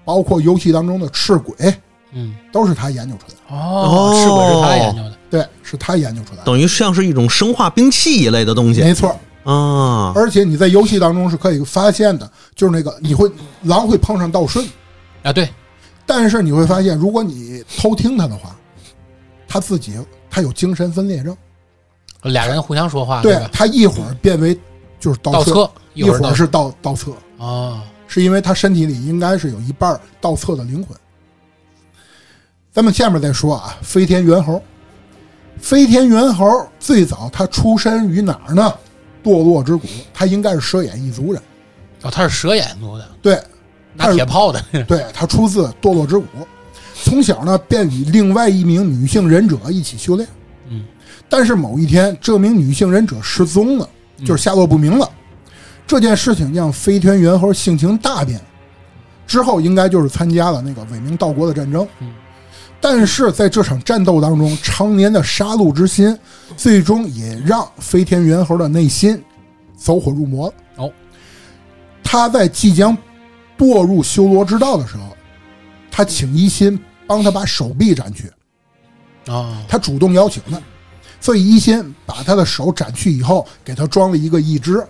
S2: 包括游戏当中的赤鬼
S3: 嗯，
S2: 都是他研究出来的。
S3: 哦，是不是他研究的？
S2: 对，是他研究出来的，
S1: 等于像是一种生化兵器一类的东西
S2: 没错儿。
S1: 啊。
S2: 而且你在游戏当中是可以发现的，就是那个你会狼会碰上道顺，
S3: 啊，对，
S2: 但是你会发现，如果你偷听他的话，他自己他有精神分裂症，
S3: 俩人互相说话，
S2: 对
S3: 吧？
S2: 他一会儿变为就是
S3: 啊倒
S2: 倒
S3: 车，
S2: 一
S3: 会儿
S2: 会
S3: 倒
S2: 儿是倒倒侧，
S3: 哦，
S2: 是因为他身体里应该是有一半倒侧的灵魂。咱们下面再说啊，飞天猿猴，飞天猿猴最早他出身于哪儿呢？堕落之谷，他应该是蛇眼一族人，
S3: 哦，他是蛇眼族的，
S2: 对，
S3: 拿铁炮的，
S2: 对他出自堕落之谷，从小呢便与另外一名女性忍者一起修炼。
S3: 嗯，
S2: 但是某一天，这名女性忍者失踪了，
S3: 嗯
S2: 就是下落不明了。这件事情让飞天猿猴性情大变，之后应该就是参加了那个伪名道国的战争。
S3: 嗯
S2: 但是在这场战斗当中，常年的杀戮之心，最终也让飞天猿猴的内心走火入魔了。
S3: 哦，
S2: 他在即将堕入修罗之道的时候，他请一心帮他把手臂斩去，
S3: 哦，
S2: 他主动邀请的，所以一心把他的手斩去以后，给他装了一个义肢。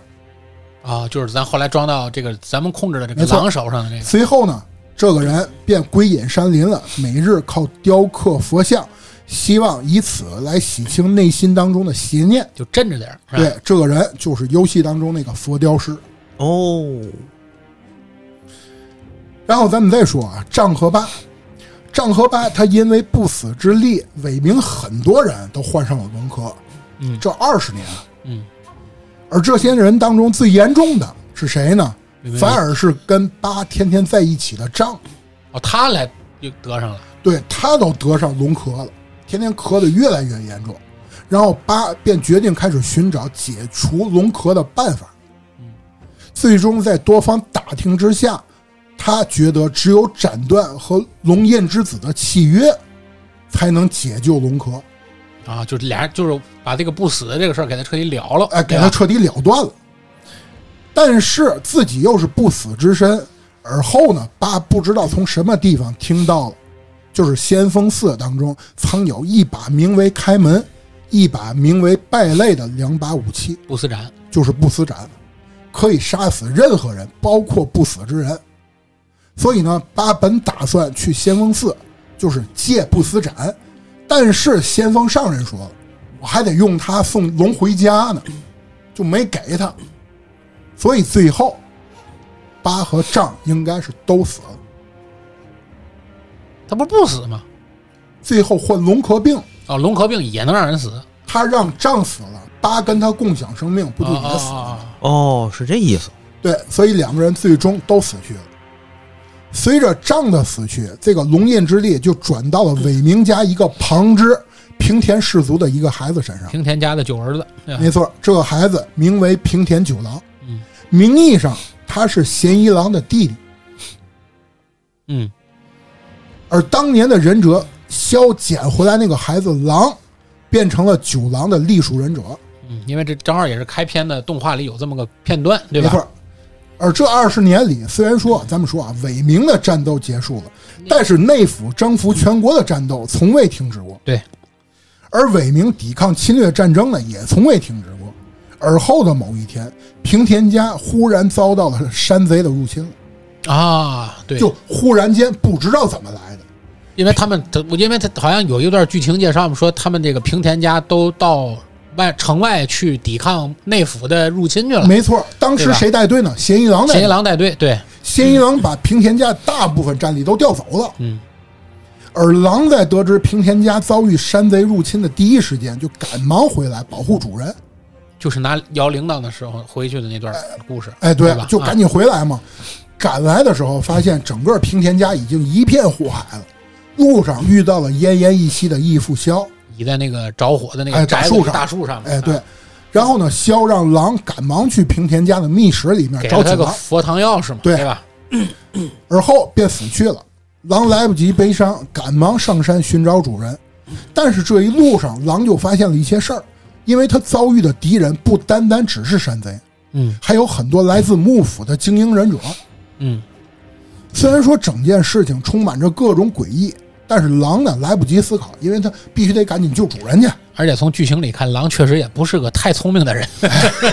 S3: 啊，就是咱后来装到这个咱们控制的这个
S2: 没错
S3: 狼手上的这个，
S2: 随后呢，这个人便归隐山林了，每日靠雕刻佛像，希望以此来洗清内心当中的邪念。
S3: 就镇着点儿，是吧？
S2: 对，这个人就是游戏当中那个佛雕师。
S1: 哦，
S2: 然后咱们再说啊，丈和八，丈和八他因为不死之力，伟名很多人都患上了文科，
S3: 嗯
S2: 这二十年啊，
S3: 嗯，
S2: 而这些人当中最严重的是谁呢
S3: 明白？
S2: 反而是跟八天天在一起的丈，
S3: 哦，他来又得上了，
S2: 对他都得上龙咳了，天天咳得越来越严重。然后八便决定开始寻找解除龙咳的办法。最终在多方打听之下，他觉得只有斩断和龙焰之子的契约，才能解救龙咳。
S3: 啊，就是俩人就是把这个不死的这个事儿给他彻底了了，
S2: 哎，给
S3: 对
S2: 他
S3: 吧
S2: 彻底了断了。但是自己又是不死之身，而后呢，八不知道从什么地方听到了，就是先锋寺当中藏有一把名为开门，一把名为败类的两把武器，
S3: 不死斩，
S2: 就是不死斩，可以杀死任何人，包括不死之人。所以呢，八本打算去先锋寺，就是借不死斩，但是先锋上人说了，我还得用它送龙回家呢，就没给他。所以最后，八和丈应该是都死了。
S3: 他不是不死吗？
S2: 最后患龙壳病，
S3: 哦，龙合并也能让人死，
S2: 他让丈死了，八跟他共享生命，不就也死了吗？
S3: 啊
S1: 哦，是这意思。
S2: 对，所以两个人最终都死去了。随着丈的死去，这个龙印之力就转到了伟明家一个旁支平田氏族的一个孩子身上。
S3: 平田家的九儿子，对吧
S2: 没错，这个孩子名为平田九郎，
S3: 嗯
S2: 名义上他是贤一郎的弟弟，
S3: 嗯，
S2: 而当年的忍者萧捡回来那个孩子狼，变成了九郎的隶属忍者。
S3: 嗯，因为这正好也是开篇的动画里有这么个片段，对
S2: 没
S3: 吧？
S2: 错。而这二十年里，虽然说咱们说啊，伟明的战斗结束了，但是内府征服全国的战斗从未停止过。
S3: 对，
S2: 而伟明抵抗侵略战争呢，也从未停止过。而后的某一天，平田家忽然遭到了山贼的入侵了，
S3: 啊，对，
S2: 就忽然间不知道怎么来的，
S3: 因为他们，他我因为他好像有一段剧情介绍，我们说他们这个平田家都到外城外去抵抗内府的入侵去了。
S2: 没错，当时
S3: 嗯对吧
S2: 谁带队呢？贤一郎带
S3: 贤一
S2: 队。
S3: 郎带队，对，
S2: 贤一郎把平田家大部分战力都调走了。
S3: 嗯，
S2: 而狼在得知平田家遭遇山贼入侵的第一时间，就赶忙回来保护主人。
S3: 就是拿摇铃铛的时候回去的那段故事。
S2: 哎，
S3: 对
S2: 对
S3: 吧，啊
S2: 就赶紧回来嘛。赶来的时候，发现整个平田家已经一片火海了。路上遇到了奄奄一息的义父萧，
S3: 倚在那个着火的那个
S2: 哎大
S3: 嗯宅子
S2: 树上
S3: 大树上面。
S2: 哎，对
S3: 啊，
S2: 然后呢，萧让狼赶忙去平田家的密室里面
S3: 给
S2: 找
S3: 了
S2: 锦
S3: 他个
S2: 囊，
S3: 佛堂钥匙嘛，
S2: 对
S3: 吧？
S2: 而后便死去了。狼来不及悲伤，赶忙上山寻找主人。但是这一路上，狼就发现了一些事儿，因为他遭遇的敌人不单单只是山贼，
S3: 嗯
S2: 还有很多来自幕府的精英忍者。
S3: 嗯
S2: 虽然说整件事情充满着各种诡异，但是狼呢来不及思考，因为他必须得赶紧救主人去。
S3: 而且从剧情里看，狼确实也不是个太聪明的人。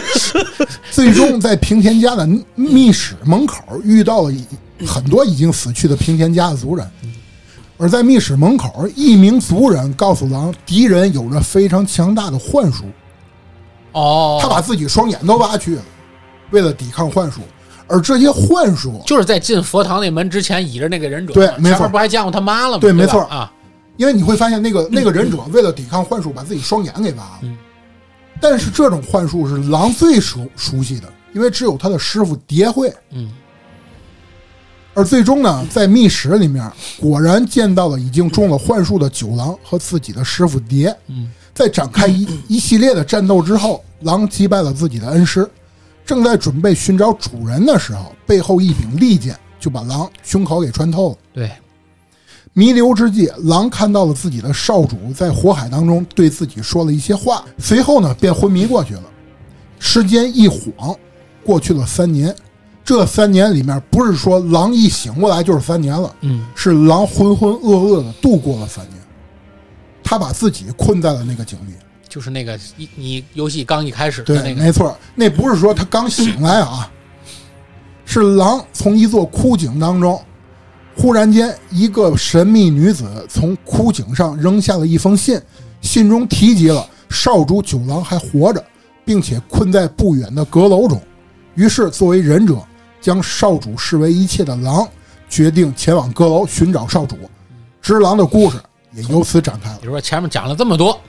S2: 最终在平田家的密室门口遇到了很多已经死去的平田家的族人，而在密室门口，一名族人告诉狼，敌人有着非常强大的幻术，
S3: 哦
S2: 他把自己双眼都挖去了，为了抵抗幻术。而这些幻术，
S3: 就是在进佛堂那门之前倚着那个忍者，
S2: 对
S3: 前
S2: 没错
S3: 面不还见过他妈了吗？
S2: 对
S3: 吧
S2: 没错
S3: 啊，
S2: 因为你会发现那个
S3: 嗯
S2: 那个忍者为了抵抗幻术，把自己双眼给挖了。但是这种幻术是狼最熟熟悉的，因为只有他的师傅蝶会
S3: 嗯
S2: 而最终呢，在密室里面，果然见到了已经中了幻术的九郎和自己的师傅蝶。
S3: 嗯，
S2: 在展开 一一系列的战斗之后，狼击败了自己的恩师。正在准备寻找主人的时候，背后一柄利剑就把狼胸口给穿透了。
S3: 对，
S2: 弥留之际，狼看到了自己的少主在火海当中对自己说了一些话，随后呢便昏迷过去了。时间一晃，过去了三年。这三年里面，不是说狼一醒过来就是三年了，
S3: 嗯
S2: 是狼浑浑噩噩的度过了三年。他把自己困在了那个井里。
S3: 就是那个一你游戏刚一开始的那
S2: 对，
S3: 个，
S2: 没错，那不是说他刚醒来啊，是狼从一座枯井当中，忽然间，一个神秘女子从枯井上扔下了一封信，信中提及了少主九郎还活着，并且困在不远的阁楼中。于是，作为忍者，将少主视为一切的狼，决定前往阁楼寻找少主。只狼的故事也由此展开了。
S3: 比如说前面讲了这么多。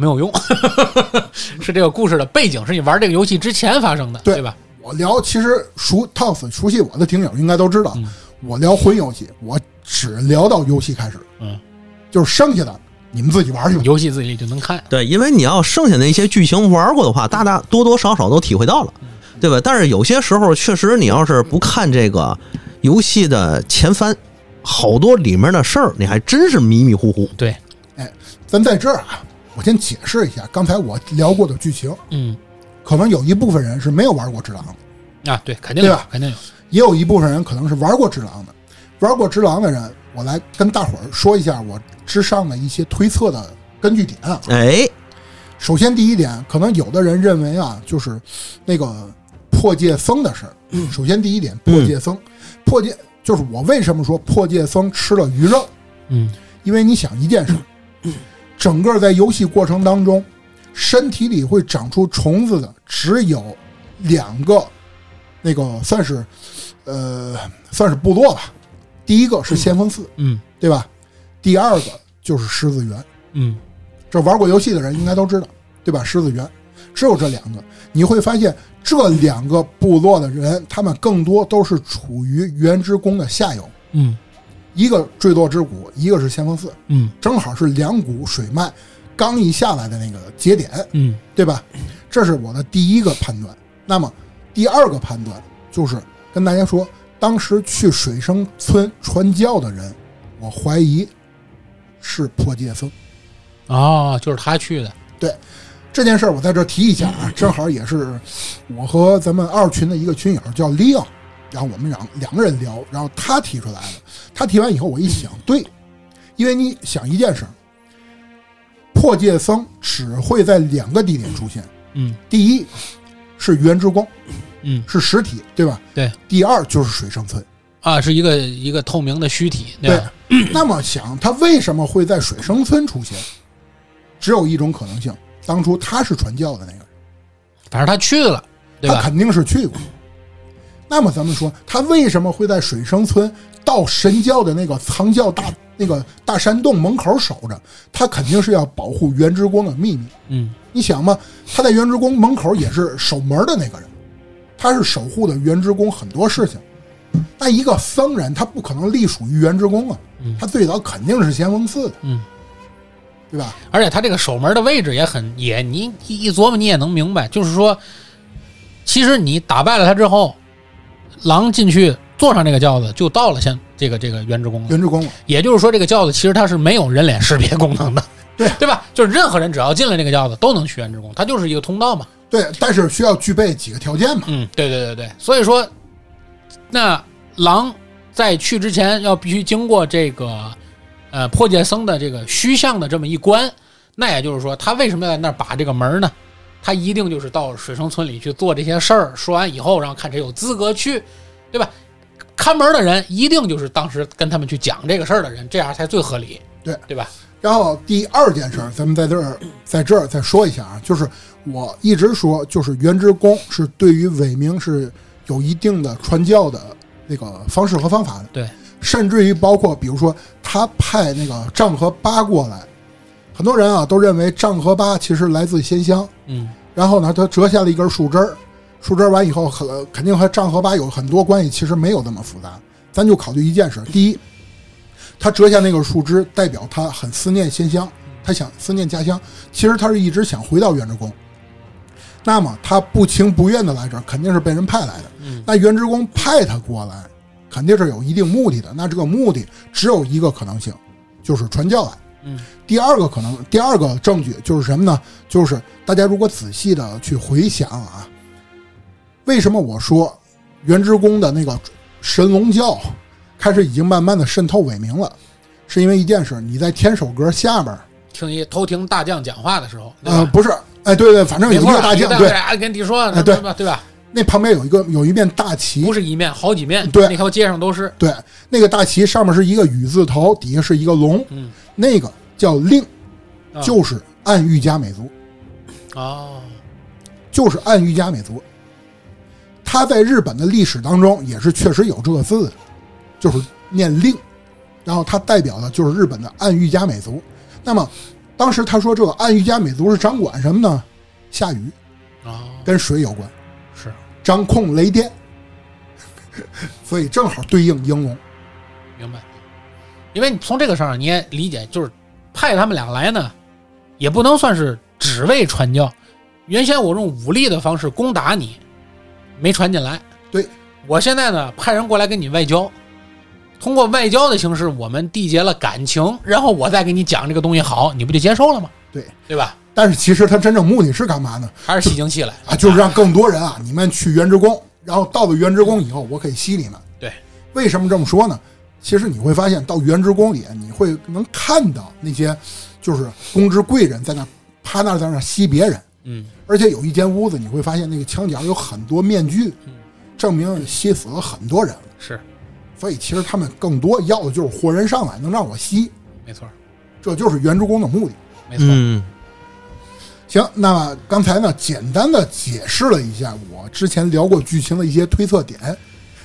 S3: 没有用， 是这个故事的背景，是你玩这个游戏之前发生的，
S2: 对
S3: 对吧？
S2: 我聊其实熟 TOS 熟悉我的听友应该都知道，
S3: 嗯
S2: 我聊魂游戏，我只聊到游戏开始，
S3: 嗯，
S2: 就是剩下的你们自己玩去吧。
S3: 游戏自己就能看，
S1: 对，因为你要剩下那些剧情玩过的话，大大多多少少都体会到了，对吧？但是有些时候确实，你要是不看这个游戏的前番，好多里面的事儿你还真是迷迷糊糊。
S3: 对，
S2: 咱在这儿啊，我先解释一下刚才我聊过的剧情，
S3: 嗯，
S2: 可能有一部分人是没有玩过《只狼》的，
S3: 啊，对，肯定有
S2: 对吧，
S3: 肯定有，
S2: 也有一部分人可能是玩过《只狼》的。玩过《只狼》的人，我来跟大伙儿说一下我之上的一些推测的根据点啊。
S1: 哎，
S2: 首先，第一点，可能有的人认为啊，就是那个破戒僧的事儿。首先，第一点，破戒僧，破戒就是我为什么说破戒僧吃了鱼肉，
S3: 嗯
S2: 因为你想一件事儿，整个在游戏过程当中，身体里会长出虫子的只有两个，那个算是呃算是部落吧。第一个是先锋寺，
S3: 嗯
S2: 对吧？第二个就是狮子园。
S3: 嗯，
S2: 这玩过游戏的人应该都知道，对吧？狮子园只有这两个，你会发现这两个部落的人，他们更多都是处于原之宫的下游，
S3: 嗯
S2: 一个坠落之谷，一个是先锋寺，
S3: 嗯
S2: 正好是两股水脉刚一下来的那个节点，
S3: 嗯
S2: 对吧？这是我的第一个判断。那么第二个判断就是跟大家说，当时去水生村传教的人，我怀疑是破戒僧。
S3: 哦，就是他去的，
S2: 这件事儿我在这儿提一下
S3: 嗯
S2: 啊，正好也是我和咱们二群的一个群友叫 Leo，然后我们两两个人聊，然后他提出来的。他提完以后，我一
S3: 嗯
S2: 想，对，因为你想一件事儿，破戒僧只会在两个地点出现，
S3: 嗯
S2: 第一是原之宫，
S3: 嗯
S2: 是实体，对吧？
S3: 对。
S2: 第二就是水生村，
S3: 啊，是一个一个透明的虚体，对吧？
S2: 那么想他为什么会在水生村出现，只有一种可能性，当初他是传教的那个人。
S3: 反正他去了，对
S2: 他
S3: 吧？
S2: 肯定是去过。那么咱们说，他为什么会在水生村到神教的那个藏教大那个大山洞门口守着？他肯定是要保护原之宫的秘密。
S3: 嗯
S2: 你想嘛，他在原之宫门口也是守门的那个人，他是守护的原之宫很多事情。那一个僧人，他不可能隶属于原之宫啊，他最早肯定是咸丰寺的，
S3: 嗯，
S2: 对吧？
S3: 而且他这个守门的位置也很也，你一一琢磨你也能明白，就是说，其实你打败了他之后，狼进去坐上这个轿子就到了现这个这个原职工了。
S2: 原之光了，
S3: 也就是说，这个轿子其实它是没有人脸识别功能的，
S2: 对
S3: 对吧？就是任何人只要进了这个轿子都能去原职工，它就是一个通道嘛。
S2: 对，但是需要具备几个条件嘛？
S3: 嗯，对对对对，所以说，那狼在去之前要必须经过这个呃破戒僧的这个虚像的这么一关，那也就是说，他为什么要在那儿把这个门呢？他一定就是到水生村里去做这些事儿，说完以后，然后看谁有资格去，对吧？看门的人一定就是当时跟他们去讲这个事儿的人，这样才最合理，
S2: 对
S3: 对吧？
S2: 然后第二件事儿，咱们在这儿在这儿再说一下啊，就是我一直说，就是原之公是对于伪名是有一定的传教的那个方式和方法的，
S3: 对，
S2: 甚至于包括比如说他派那个丈和八过来，很多人啊都认为丈和八其实来自仙乡，
S3: 嗯，
S2: 然后呢，他折下了一根树枝儿，树枝儿完以后，很肯定和丈和八有很多关系，其实没有那么复杂。咱就考虑一件事：第一，他折下那个树枝，代表他很思念仙乡，他想思念家乡。其实他是一直想回到原职宫，那么他不情不愿的来这儿，肯定是被人派来的。
S3: 嗯
S2: 那原职宫派他过来，肯定是有一定目的的。那这个目的只有一个可能性，就是传教来。
S3: 嗯
S2: 第二个可能，第二个证据就是什么呢？就是大家如果仔细的去回想啊，为什么我说原之宫的那个神龙教开始已经慢慢的渗透伪名了，是因为一件事，你在天守阁下边儿，
S3: 听一偷听大将讲话的时候，对吧
S2: 呃，不是，哎，对对，反正有一
S3: 没错
S2: 个
S3: 儿，
S2: 大将，
S3: 对
S2: 对，
S3: 啊，跟你说，
S2: 哎对
S3: 吧对吧？
S2: 那旁边有一个有一面大旗
S3: 不，是一面，好几面，
S2: 对
S3: 那条街上都是，
S2: 对，那个大旗上面是一个雨字头，底下是一个龙，
S3: 嗯，
S2: 那个叫令，
S3: 啊
S2: 就是暗喻加美族。
S3: 哦，
S2: 就是暗喻加美族。他在日本的历史当中也是确实有这个字的，就是念令，然后它代表的就是日本的暗喻加美族。那么当时他说这个暗喻加美族是掌管什么呢？下雨
S3: 哦，
S2: 跟水有关，
S3: 是，
S2: 掌控雷电， 所以正好对应应龙。
S3: 明白。因为你从这个上你也理解，就是派他们俩来呢，也不能算是只为传教。原先我用武力的方式攻打你，没传进来。
S2: 对
S3: 我现在呢，派人过来跟你外交，通过外交的形式，我们缔结了感情，然后我再给你讲这个东西好，你不就接受了吗？
S2: 对，
S3: 对吧？
S2: 但是其实他真正目的是干嘛呢？
S3: 还是吸精气来。
S2: 啊，就是让更多人啊，你们去原职工，然后到了原职工以后，我可以吸你们。
S3: 对，
S2: 为什么这么说呢？其实你会发现，到原职工里，你会能看到那些就是公职贵人在那儿趴那儿在那儿吸别人，
S3: 嗯，
S2: 而且有一间屋子，你会发现那个墙角有很多面具，证明吸死了很多人了。
S3: 是，
S2: 所以其实他们更多要的就是活人上来，能让我吸，
S3: 没错儿，
S2: 这就是原职工的目的。
S3: 没错儿。
S1: 嗯，
S2: 行，那么刚才呢，简单的解释了一下我之前聊过剧情的一些推测点。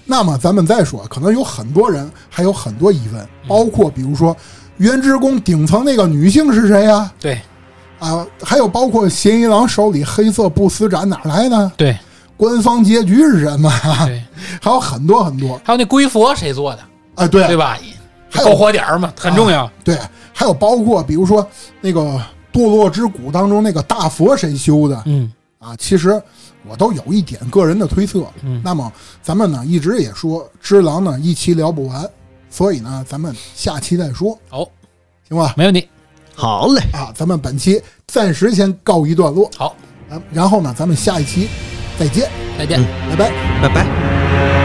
S2: 那么咱们再说，可能有很多人还有很多疑问，
S3: 嗯
S2: 包括比如说原之宫顶层那个女性是谁呀、
S3: 对
S2: 啊？还有包括嫌疑郎手里黑色不死斩哪儿来的？
S3: 对
S2: 官方结局是什么？还
S3: 对，
S2: 有很多很多。
S3: 还有那龟佛谁做的，
S2: 啊，对
S3: 对吧？
S2: 还有啊
S3: 爆火点儿嘛，很重要。
S2: 对，还有包括比如说那个堕落之谷当中那个大佛谁修的？
S3: 嗯
S2: 啊，其实我都有一点个人的推测。
S3: 嗯
S2: 那么咱们呢一直也说，只狼呢一期聊不完，所以呢咱们下期再说，
S3: 好，
S2: 行吧？
S3: 没问题。
S1: 好嘞，
S2: 啊，咱们本期暂时先告一段落，呃
S3: 好，
S2: 啊然后呢咱们下一期再见，
S3: 再见。
S2: 拜拜。
S1: 拜拜。